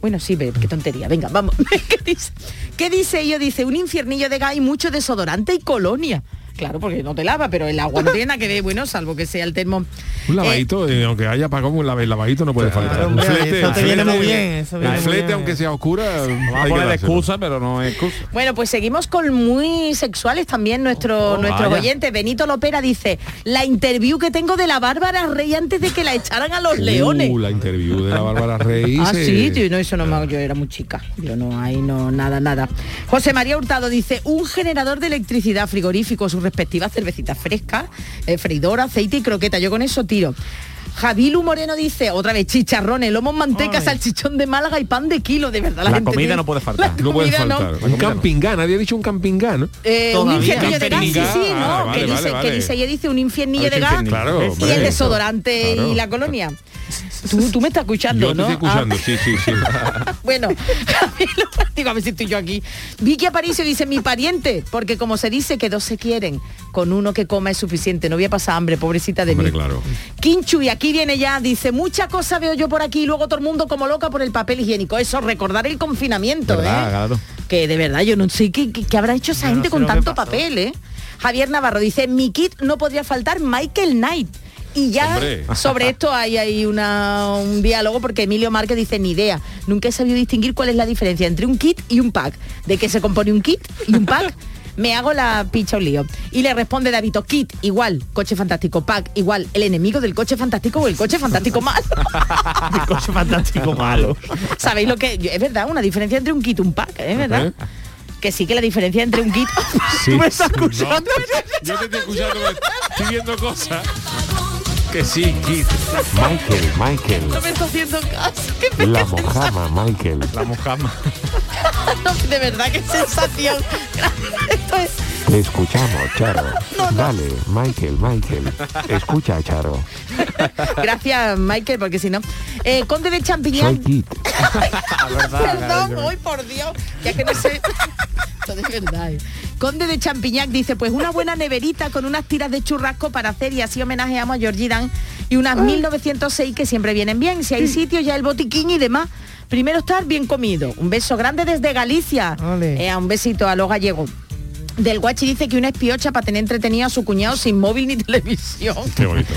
[SPEAKER 6] Bueno, sí, ve, qué tontería. Venga, vamos. (laughs) ¿Qué dice? ¿Qué dice ello? Dice, un infiernillo de gas y mucho desodorante y colonia. Claro, porque no te lava, pero el agua no tiene nada que ver, bueno, salvo que sea el termo.
[SPEAKER 1] Un lavadito, eh, aunque haya apagón, un lave- el lavadito no puede faltar. Un
[SPEAKER 8] hombre,
[SPEAKER 1] flete,
[SPEAKER 8] eso te
[SPEAKER 1] el
[SPEAKER 8] viene
[SPEAKER 1] flete,
[SPEAKER 8] muy bien, eso viene
[SPEAKER 1] el
[SPEAKER 8] muy
[SPEAKER 1] flete,
[SPEAKER 8] bien.
[SPEAKER 1] aunque sea oscura,
[SPEAKER 16] Vamos a
[SPEAKER 1] hay
[SPEAKER 16] poner
[SPEAKER 1] que
[SPEAKER 16] de
[SPEAKER 1] dárselo.
[SPEAKER 16] excusa, pero no es excusa.
[SPEAKER 6] Bueno, pues seguimos con muy sexuales también nuestro,
[SPEAKER 16] Oh,
[SPEAKER 6] nuestros
[SPEAKER 16] vaya.
[SPEAKER 6] oyentes. Benito Lopera dice, la interview que tengo de la Bárbara Rey antes de que la echaran a los leones.
[SPEAKER 1] Uh, la interview de la
[SPEAKER 6] (laughs)
[SPEAKER 1] Bárbara eh, Rey.
[SPEAKER 6] Ah,
[SPEAKER 1] se-
[SPEAKER 6] sí, tío, no, eso no me, yo era muy chica. Yo no, ahí no, nada, nada. José María Hurtado dice, un generador de electricidad frigorífico, sus respectivas cervecitas frescas, eh, freidora, aceite y croqueta. Yo con eso tiro. Javilu Moreno dice, otra vez, chicharrones, lomo en manteca, salchichón de Málaga y pan de kilo, de verdad. La, gente tiene- La
[SPEAKER 1] No puede
[SPEAKER 6] comida no.
[SPEAKER 1] faltar. Un campingá, nadie ha dicho un campingá, ¿no?
[SPEAKER 6] Eh, un infiernillo de gas, sí, sí, no,
[SPEAKER 1] Ah, vale,
[SPEAKER 6] que, dice,
[SPEAKER 1] vale, vale.
[SPEAKER 6] que dice, ella dice un infiernillo
[SPEAKER 1] Ah,
[SPEAKER 6] de
[SPEAKER 1] que
[SPEAKER 6] gas
[SPEAKER 1] infiernillo. Claro,
[SPEAKER 6] y
[SPEAKER 1] hombre,
[SPEAKER 6] el
[SPEAKER 1] eso.
[SPEAKER 6] desodorante
[SPEAKER 1] Claro.
[SPEAKER 6] y la colonia. Tú, tú me estás escuchando,
[SPEAKER 1] Yo te
[SPEAKER 6] ¿no?
[SPEAKER 1] estoy
[SPEAKER 6] Ah, (laughs)
[SPEAKER 1] escuchando, sí, sí, sí.
[SPEAKER 6] Bueno, Camilo, (laughs) digo, a ver si estoy yo aquí. Vicky Aparicio dice, mi pariente, porque como se dice que dos se quieren, con uno que coma es suficiente, no voy a pasar hambre, pobrecita de
[SPEAKER 1] Hombre,
[SPEAKER 6] mí.
[SPEAKER 1] claro.
[SPEAKER 6] Kinchu, y aquí viene ya, dice, mucha cosa veo yo por aquí y luego todo el mundo como loca por el papel higiénico. Eso, recordar el confinamiento, ¿eh? Que de verdad, yo no sé qué, qué- qué habrá hecho esa
[SPEAKER 17] Yo no
[SPEAKER 6] gente
[SPEAKER 17] sé
[SPEAKER 6] con
[SPEAKER 17] lo que
[SPEAKER 6] tanto
[SPEAKER 17] pasó.
[SPEAKER 6] papel, ¿eh? Javier Navarro dice, mi kit no podría faltar Michael Knight. Y ya
[SPEAKER 17] Hombre.
[SPEAKER 6] sobre esto hay, hay una, un diálogo porque Emilio Márquez dice, ni idea, nunca he sabido distinguir cuál es la diferencia entre un kit y un pack. ¿De qué se compone un kit y un
[SPEAKER 17] (laughs)
[SPEAKER 6] pack? Me hago la picha un lío. Y le responde Davito, kit igual, coche fantástico, pack igual, el enemigo del coche fantástico o el coche
[SPEAKER 17] (laughs)
[SPEAKER 6] fantástico malo.
[SPEAKER 18] El coche fantástico malo.
[SPEAKER 6] ¿Sabéis lo que? Es verdad, una diferencia entre un kit y un pack, es verdad. Que sí que la diferencia entre un kit... (laughs)
[SPEAKER 1] ¿Tú me estás escuchando? Yo te estoy escuchando, estoy viendo cosas. Que sí, Kid.
[SPEAKER 19] Michael, Michael.
[SPEAKER 6] No me está haciendo caso. Qué
[SPEAKER 19] La
[SPEAKER 6] pena.
[SPEAKER 19] mojama, Michael. La
[SPEAKER 16] mojama.
[SPEAKER 6] No, de verdad, qué sensación. (laughs) Esto es-
[SPEAKER 19] Te escuchamos, Charo.
[SPEAKER 6] No, no.
[SPEAKER 19] Dale, Michael, Michael. Escucha, Charo.
[SPEAKER 6] Gracias, Michael, porque si no. Eh, Conde de
[SPEAKER 19] Soy
[SPEAKER 6] Champiñán.
[SPEAKER 19] Kit.
[SPEAKER 6] Perdón, hoy por Dios. Ya que no (laughs) sé. Esto de verdad. eh. Conde de Champiñac dice, pues una buena neverita con unas tiras de churrasco para hacer y así homenajeamos a Georgie Dan y unas 1906 que siempre vienen bien. Si hay sitio ya el botiquín y demás. Primero estar bien comido. Un beso grande desde Galicia. Eh, un besito a los gallegos. Del Guachi dice que una espiocha para tener entretenido a su cuñado sin móvil ni (laughs) televisión.
[SPEAKER 1] Qué bonito.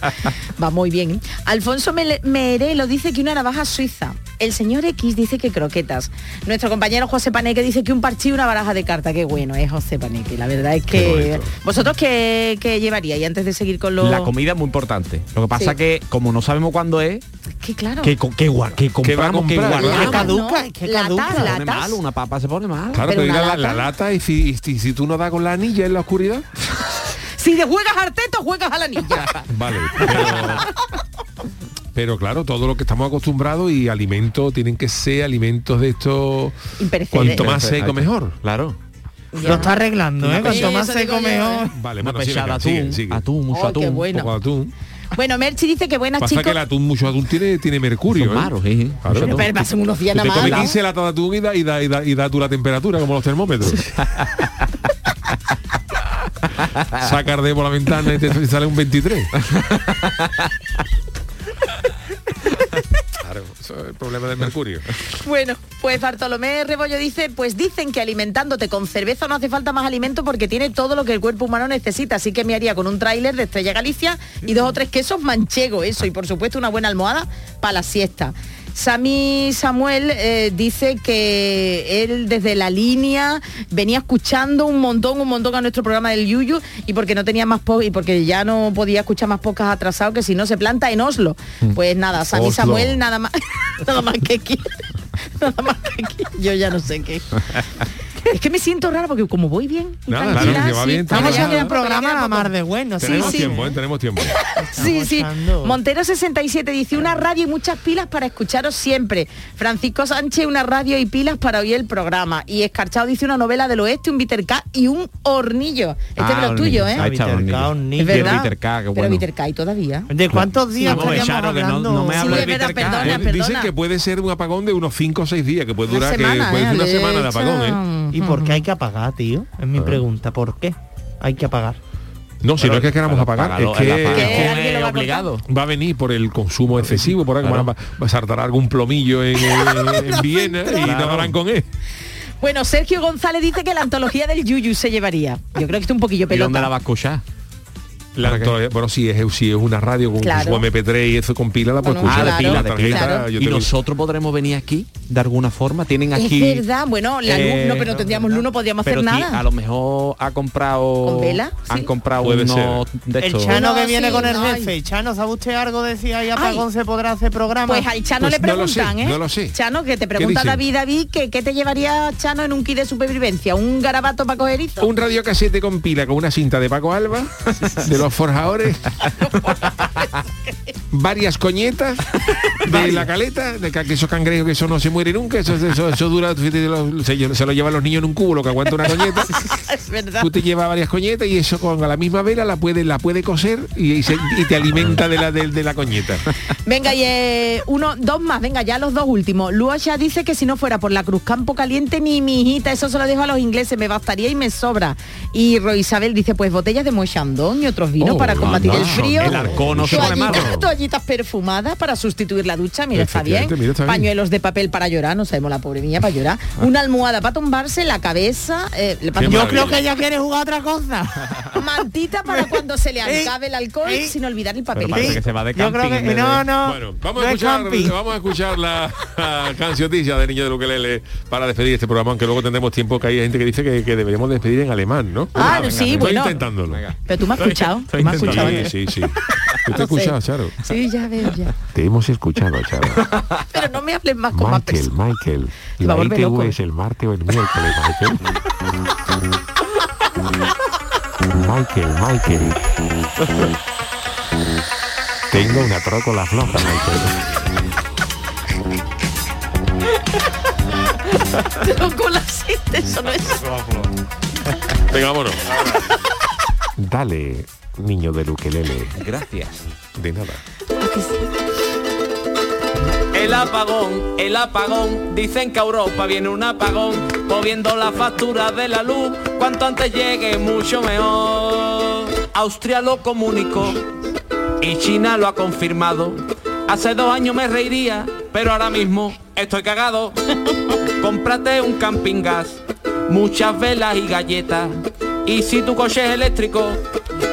[SPEAKER 6] (laughs) Va muy bien. Alfonso Mele- Merelo dice que una navaja suiza. El señor X dice que croquetas. Nuestro compañero José Paneque dice que un parchí y una baraja de carta. Qué bueno, es José Paneque. La verdad es que... ¿Vosotros qué, qué llevaríais antes de seguir con los...?
[SPEAKER 16] La comida es muy importante. Lo que pasa
[SPEAKER 6] Sí.
[SPEAKER 16] que como no sabemos cuándo es,
[SPEAKER 6] Que claro.
[SPEAKER 16] que, co- que, gua- que
[SPEAKER 1] ¿Qué va a
[SPEAKER 16] compramos, que
[SPEAKER 1] comprar?
[SPEAKER 16] guardamos.
[SPEAKER 1] Latas,
[SPEAKER 6] caduca, es que Latas, caduca.
[SPEAKER 16] Se pone
[SPEAKER 6] latas.
[SPEAKER 16] malo, una papa se pone mal.
[SPEAKER 1] Claro, pero, mira la, la lata y si, y si- si tú no das con la anilla en la oscuridad.
[SPEAKER 6] Si te juegas a Arteto, juegas a la (laughs) niña.
[SPEAKER 1] Vale, pero, pero claro, todo lo que estamos acostumbrados y alimentos tienen que ser alimentos de estos.
[SPEAKER 6] Imperecedero.
[SPEAKER 1] Cuanto más seco mejor.
[SPEAKER 16] Claro.
[SPEAKER 8] Lo está arreglando, ¿eh?
[SPEAKER 1] Una
[SPEAKER 8] Cuanto
[SPEAKER 1] pechada.
[SPEAKER 8] más
[SPEAKER 1] Sí,
[SPEAKER 6] eso
[SPEAKER 8] seco
[SPEAKER 6] digo yo,
[SPEAKER 8] mejor.
[SPEAKER 1] Vale,
[SPEAKER 16] Una
[SPEAKER 1] bueno, sigue,
[SPEAKER 16] pechada,
[SPEAKER 1] sigue,
[SPEAKER 16] atún,
[SPEAKER 1] sigue.
[SPEAKER 16] atún, mucho
[SPEAKER 6] Oh, qué atún. bueno.
[SPEAKER 1] Poco atún.
[SPEAKER 6] Bueno, Merchi dice que buenas,
[SPEAKER 1] Pasa que
[SPEAKER 6] chicos.
[SPEAKER 1] el atún, mucho atún tiene, tiene mercurio.
[SPEAKER 16] Son
[SPEAKER 1] ¿eh?
[SPEAKER 16] malos, ¿eh?
[SPEAKER 1] Claro.
[SPEAKER 6] Pero, pero pasan unos días
[SPEAKER 1] Tú te
[SPEAKER 6] nada
[SPEAKER 1] comes
[SPEAKER 6] más.
[SPEAKER 1] 15 latas de atún y da, y, da, y, da, y da tú la temperatura como los
[SPEAKER 6] (laughs)
[SPEAKER 1] termómetros. Sacar de por la ventana y te sale un 23. claro, eso es el problema del mercurio.
[SPEAKER 6] Bueno, pues Bartolomé Rebollo dice, pues dicen que alimentándote con cerveza no hace falta más alimento porque tiene todo lo que el cuerpo humano necesita, así que me haría con un tráiler de Estrella Galicia y dos o tres quesos manchego, eso, y por supuesto una buena almohada para la siesta. Sami Samuel eh, dice que él desde la línea venía escuchando un montón, un montón a nuestro programa del Yuyu y porque no tenía más po- y porque ya no podía escuchar más pocas atrasado que si no se planta en Oslo. Pues nada, Sami
[SPEAKER 17] Oslo.
[SPEAKER 6] Samuel nada más (laughs) nada más que quiere. Nada más que quiere. Yo ya no sé qué. Es que me siento rara porque como voy bien. y
[SPEAKER 1] Nada,
[SPEAKER 6] tranquila,
[SPEAKER 1] claro, que va
[SPEAKER 6] sí,
[SPEAKER 1] bien, está
[SPEAKER 8] Vamos
[SPEAKER 1] bien.
[SPEAKER 8] a hacer el programa La Mar de Bueno.
[SPEAKER 1] tenemos
[SPEAKER 8] sí, sí.
[SPEAKER 1] tiempo, ¿eh? tenemos tiempo.
[SPEAKER 6] Sí, sí. Montero 67 dice una radio y muchas pilas para escucharos siempre. Francisco Sánchez una radio y pilas para oír el programa. Y Escarchado dice una novela del oeste, un bitter K y un hornillo. Este
[SPEAKER 16] Ah,
[SPEAKER 6] es de los tuyos, ¿eh?
[SPEAKER 16] hornillo. Ahí está, hornillo.
[SPEAKER 6] Es
[SPEAKER 16] Y el
[SPEAKER 6] verdad.
[SPEAKER 16] bitter K, qué
[SPEAKER 6] Pero
[SPEAKER 16] bueno.
[SPEAKER 6] bitter K y todavía.
[SPEAKER 8] ¿De cuántos días
[SPEAKER 16] Vamos,
[SPEAKER 8] estaríamos
[SPEAKER 16] Charo, que no-
[SPEAKER 8] hablando?
[SPEAKER 16] no me
[SPEAKER 6] Sí,
[SPEAKER 16] hables
[SPEAKER 6] es
[SPEAKER 16] de
[SPEAKER 6] verdad,
[SPEAKER 16] bitter K,
[SPEAKER 6] perdona,
[SPEAKER 16] ¿eh?
[SPEAKER 1] Eh, Dicen que puede ser un apagón de unos 5 o 6 días, que puede durar que
[SPEAKER 6] ¿eh?
[SPEAKER 1] puede ser una semana de apagón, ¿eh?
[SPEAKER 8] ¿Y por qué hay que apagar, tío? Es mi pregunta, ¿por qué hay que apagar?
[SPEAKER 1] No, si no es que queramos apagar,
[SPEAKER 16] apágalo,
[SPEAKER 1] es que,
[SPEAKER 16] el apagón
[SPEAKER 1] es que-
[SPEAKER 16] es ¿Alguien lo va a obligado.
[SPEAKER 1] Va a venir por el consumo excesivo, por ahí como va, va a saltar algún plomillo en, en- en Viena y
[SPEAKER 16] Claro.
[SPEAKER 1] no harán con él.
[SPEAKER 6] Bueno, Sergio González dice que la antología del Yuyu se llevaría. Yo creo que está un poquillo
[SPEAKER 16] ¿Y dónde
[SPEAKER 6] pelota.
[SPEAKER 16] la vas a escuchar?
[SPEAKER 1] La antología- bueno, si es, si es una radio con
[SPEAKER 6] Claro.
[SPEAKER 1] su MP3 y eso compilada, pues
[SPEAKER 6] Con un
[SPEAKER 1] escucha
[SPEAKER 6] Ah, de pila,
[SPEAKER 1] la
[SPEAKER 6] de
[SPEAKER 1] tarjeta.
[SPEAKER 6] pila. Claro.
[SPEAKER 1] yo
[SPEAKER 16] Y
[SPEAKER 1] te lo-
[SPEAKER 16] nosotros podremos venir aquí de alguna forma. Tienen
[SPEAKER 6] Es
[SPEAKER 16] aquí.
[SPEAKER 6] verdad, bueno, la luz
[SPEAKER 16] eh,
[SPEAKER 6] no, pero no tendríamos luz, no podíamos
[SPEAKER 16] Pero
[SPEAKER 6] hacer
[SPEAKER 16] ti-
[SPEAKER 6] nada.
[SPEAKER 16] a lo mejor ha comprado.
[SPEAKER 6] ¿Con vela?
[SPEAKER 16] Han comprado
[SPEAKER 1] Puede
[SPEAKER 16] unos
[SPEAKER 1] ser.
[SPEAKER 16] de
[SPEAKER 8] El
[SPEAKER 16] estos.
[SPEAKER 8] Chano que
[SPEAKER 6] No,
[SPEAKER 8] viene
[SPEAKER 6] sí,
[SPEAKER 8] con el
[SPEAKER 6] no,
[SPEAKER 8] jefe. Chano, ¿sabe usted algo de si hay apagón se podrá hacer programa?
[SPEAKER 6] Pues al Chano le
[SPEAKER 8] Pues no lo
[SPEAKER 6] preguntan,
[SPEAKER 8] sé,
[SPEAKER 6] ¿eh?
[SPEAKER 8] no lo sé.
[SPEAKER 6] Chano, que te
[SPEAKER 8] ¿Qué
[SPEAKER 6] pregunta
[SPEAKER 8] dicen?
[SPEAKER 6] David, David, que qué te llevaría Chano en un kit de supervivencia, un garabato para coger erizo.
[SPEAKER 18] (laughs)
[SPEAKER 1] Un radio con pila con una cinta de Paco Alba, de los los
[SPEAKER 6] (laughs)
[SPEAKER 1] forjadores, varias coñetas de la caleta, de que esos cangrejos que eso no se muere nunca, eso, eso, eso dura, fíjate, lo- se, se lo llevan los niños en un cubo, lo que aguanta una coñeta.
[SPEAKER 6] (laughs) es verdad.
[SPEAKER 1] Tú te llevas varias coñetas y eso con la misma vela la puede, la puede coser y, y se- y te alimenta de la, de, de la coñeta.
[SPEAKER 6] Venga, y eh, uno, dos más, venga, ya los dos últimos. Lua ya dice que si no fuera por la Cruz Campo Caliente, ni mi hijita, eso se lo dejo a los ingleses, me bastaría y me sobra. Y Roisabel dice, pues botellas de Moët Chandon y otros vinos
[SPEAKER 18] Oh,
[SPEAKER 6] para combatir el
[SPEAKER 18] anda.
[SPEAKER 6] frío.
[SPEAKER 18] El arco no se pone
[SPEAKER 6] Toallitas-
[SPEAKER 18] malo.
[SPEAKER 6] Toallitas perfumadas para sustituir la ducha, mira, está bien.
[SPEAKER 18] Efectivamente, mira, está bien. Ah.
[SPEAKER 6] Pañuelos de papel para llorar, no sabemos la pobre mía, para llorar. Una almohada para tumbarse, la cabeza. eh, para
[SPEAKER 8] Yo
[SPEAKER 6] tumbarse.
[SPEAKER 8] creo que ella quiere jugar a otra
[SPEAKER 1] (laughs)
[SPEAKER 8] cosa.
[SPEAKER 6] (laughs) Mantita para cuando se le acabe el alcohol, sin olvidar el papel.
[SPEAKER 16] parece que se va de Yo creo camping, que- de- no, no,
[SPEAKER 1] Bueno, vamos
[SPEAKER 16] no
[SPEAKER 1] a
[SPEAKER 16] es
[SPEAKER 1] escuchar,
[SPEAKER 16] camping.
[SPEAKER 1] vamos a escuchar la, canciotilla de Niño de Ukelele para despedir este programa, aunque luego tendremos tiempo que hay gente que dice que, que deberíamos despedir en alemán, ¿no?
[SPEAKER 6] Ah, sí,
[SPEAKER 1] Estoy
[SPEAKER 6] bueno.
[SPEAKER 1] intentándolo.
[SPEAKER 6] Pero tú me has escuchado.
[SPEAKER 1] Estoy
[SPEAKER 6] me has
[SPEAKER 1] intentando.
[SPEAKER 6] escuchado.
[SPEAKER 1] Sí,
[SPEAKER 6] (laughs)
[SPEAKER 1] sí, sí. Tú te
[SPEAKER 6] No sé.
[SPEAKER 1] escuchas,
[SPEAKER 6] (laughs)
[SPEAKER 1] Charo.
[SPEAKER 6] Sí, ya veo, ya.
[SPEAKER 19] Te hemos escuchado,
[SPEAKER 6] (laughs)
[SPEAKER 19] Charo.
[SPEAKER 6] Pero no me hables más con más
[SPEAKER 19] Michael,
[SPEAKER 6] personas.
[SPEAKER 19] Michael.
[SPEAKER 6] Se va
[SPEAKER 19] La
[SPEAKER 6] a volver loco.
[SPEAKER 19] ITV es el martes o el miércoles, Michael. Michael,
[SPEAKER 6] (laughs)
[SPEAKER 19] Michael. Tengo una trócola floja, Michael.
[SPEAKER 6] Con la siete, eso no es.
[SPEAKER 1] Venga, vámonos.
[SPEAKER 19] Dale, niño de Luquelele.
[SPEAKER 16] Gracias.
[SPEAKER 1] De nada.
[SPEAKER 7] El apagón, el apagón, dicen que a Europa viene un apagón, moviendo las facturas de la luz, cuanto antes llegue mucho mejor. Austria lo comunicó y China lo ha confirmado. Hace dos años me reiría, pero ahora mismo estoy cagado. Cómprate un camping gas, muchas velas y galletas. Y si tu coche es eléctrico,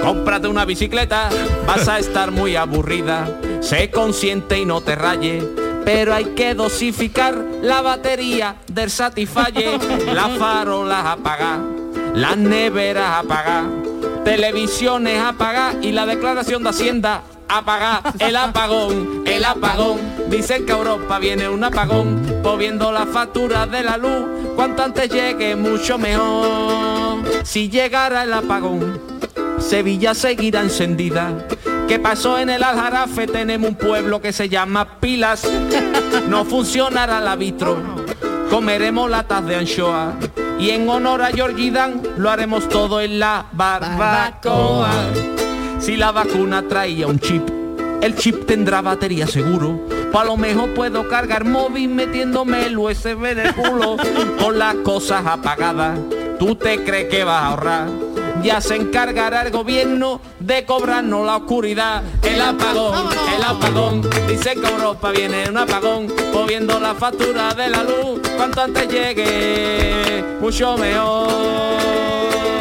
[SPEAKER 7] cómprate una bicicleta. Vas a estar muy aburrida. Sé consciente y no te raye. Pero hay que dosificar la batería del Satisfyer. Las farolas apagar, las neveras apagar, televisiones apagar y la declaración de Hacienda apagar. El apagón, el apagón. Dicen que a Europa viene un apagón moviendo las facturas de la luz. Cuanto antes llegue, mucho mejor. Si llegara el apagón, Sevilla seguirá encendida. ¿Qué pasó en el Aljarafe? Tenemos un pueblo que se llama Pilas. No funcionará la vitro. Comeremos latas de anchoa. Y en honor a Georgie Dan lo haremos todo en la barbacoa. Si la vacuna traía un chip, el chip tendrá batería seguro. O a lo mejor puedo cargar móvil metiéndome el USB en el culo con las cosas apagadas. ¿Tú te crees que vas a ahorrar? Ya se encargará el gobierno de cobrarnos la oscuridad. El apagón, el apagón. Dicen que a Europa viene un apagón. Moviendo la factura de la luz. Cuanto antes llegue, mucho mejor.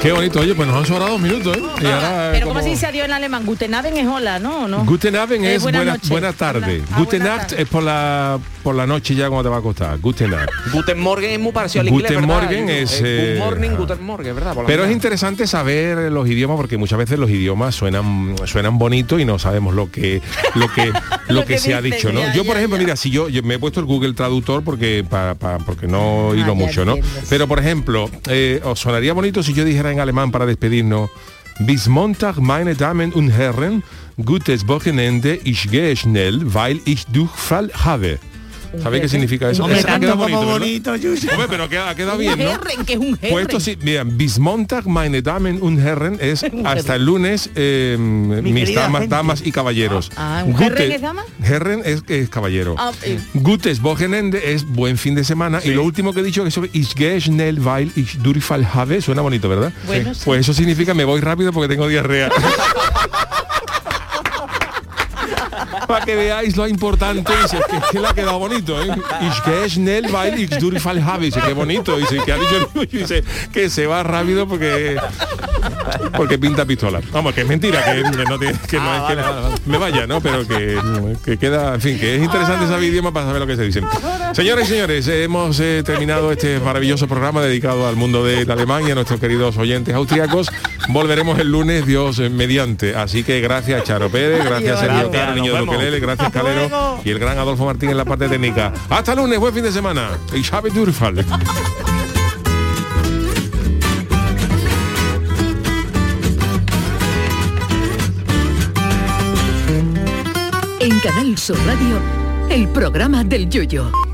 [SPEAKER 1] Qué bonito, oye, pues nos han sobrado dos minutos, ¿eh? Y ahora,
[SPEAKER 6] Pero ¿cómo
[SPEAKER 1] como-
[SPEAKER 6] se dice adiós en alemán? Guten Abend es hola, ¿no? ¿O ¿no?
[SPEAKER 1] Guten Abend
[SPEAKER 6] Eh,
[SPEAKER 1] es buena, buena,
[SPEAKER 6] noche.
[SPEAKER 1] tarde.
[SPEAKER 6] Ah,
[SPEAKER 1] Guten
[SPEAKER 6] buena
[SPEAKER 1] Nacht
[SPEAKER 6] tarde.
[SPEAKER 1] es por la por la noche ya cuando te va a acostar. Guten Nacht.
[SPEAKER 7] Guten Morgen es muy parecido al inglés,
[SPEAKER 1] Guten
[SPEAKER 7] ¿verdad?
[SPEAKER 1] Morgen
[SPEAKER 7] Eh,
[SPEAKER 1] es, eh,
[SPEAKER 7] Good morning, Guten Morgen, ¿verdad? Por la
[SPEAKER 1] Pero es
[SPEAKER 7] mañana.
[SPEAKER 1] interesante saber los idiomas porque muchas veces los idiomas suenan suenan bonito y no sabemos lo que lo que lo,
[SPEAKER 3] Lo
[SPEAKER 1] que,
[SPEAKER 3] que
[SPEAKER 1] se ha
[SPEAKER 3] dicen,
[SPEAKER 1] dicho, ¿no?
[SPEAKER 3] ya,
[SPEAKER 1] yo por
[SPEAKER 3] ya,
[SPEAKER 1] ejemplo, mira, si yo, yo me he puesto el Google Traductor porque para, para- porque no
[SPEAKER 3] Ah,
[SPEAKER 1] hilo
[SPEAKER 3] ya
[SPEAKER 1] mucho, ¿no?
[SPEAKER 3] entiendo.
[SPEAKER 1] Pero por ejemplo, eh, os sonaría bonito si yo dijera en alemán para despedirnos Bis Montag, meine Damen und Herren, gutes Wochenende, ich gehe schnell, weil ich Durchfall habe. ¿Sabéis qué significa eso?
[SPEAKER 8] Hombre,
[SPEAKER 1] Eso ha
[SPEAKER 8] tanto
[SPEAKER 1] quedado
[SPEAKER 8] como
[SPEAKER 1] ¿verdad?
[SPEAKER 8] bonito, Yuya.
[SPEAKER 1] Hombre, pero que ha quedado bien,
[SPEAKER 6] Un
[SPEAKER 1] ¿no?
[SPEAKER 6] Herren, que es un
[SPEAKER 1] Pues esto
[SPEAKER 6] Herren.
[SPEAKER 1] sí, mira, bis Montag, meine Damen und Herren,
[SPEAKER 6] (laughs)
[SPEAKER 1] es hasta el lunes, eh, mis
[SPEAKER 6] querida
[SPEAKER 1] damas,
[SPEAKER 6] gente.
[SPEAKER 1] damas y caballeros.
[SPEAKER 6] Ah, ¿un Herren es dama?
[SPEAKER 1] Herren es, es caballero.
[SPEAKER 6] Ah, eh.
[SPEAKER 1] Gutes Wochenende es buen fin de semana. Y lo último que he dicho es sobre Ich gehe schnell, weil ich Durchfall habe. Suena bonito, ¿verdad?
[SPEAKER 6] Bueno,
[SPEAKER 1] Pues eso significa me voy rápido porque tengo
[SPEAKER 6] (laughs)
[SPEAKER 1] diarrea. Para que veáis lo importante, dice, es que, es que le ha quedado bonito, ¿eh? Ich gehe schnell, weil ich Durchfall habe. Dice, qué bonito. Dice, que ha dicho el (laughs) niño? Dice, que se va rápido porque porque pinta pistola. Vamos, que es mentira, que, que no tiene, que no es que me vaya, ¿no? Pero que, que queda, en fin, que es interesante saber idioma para saber lo que se dicen. Señores y señores, hemos eh, terminado este maravilloso programa dedicado al mundo del alemán y a nuestros queridos oyentes austriacos. Volveremos el lunes, Dios eh, mediante. Así que gracias Charo Pérez, gracias Sergio
[SPEAKER 18] Gracias,
[SPEAKER 1] Caro,
[SPEAKER 18] nos
[SPEAKER 1] niño de
[SPEAKER 18] vemos.
[SPEAKER 1] Ukelele, gracias
[SPEAKER 18] Hasta
[SPEAKER 1] Calero
[SPEAKER 18] luego.
[SPEAKER 1] y el gran Adolfo Martín en la parte técnica. Hasta lunes, buen fin de semana. Y Xavi Durfal.
[SPEAKER 4] Canal Sur Radio, el programa del Yoyo.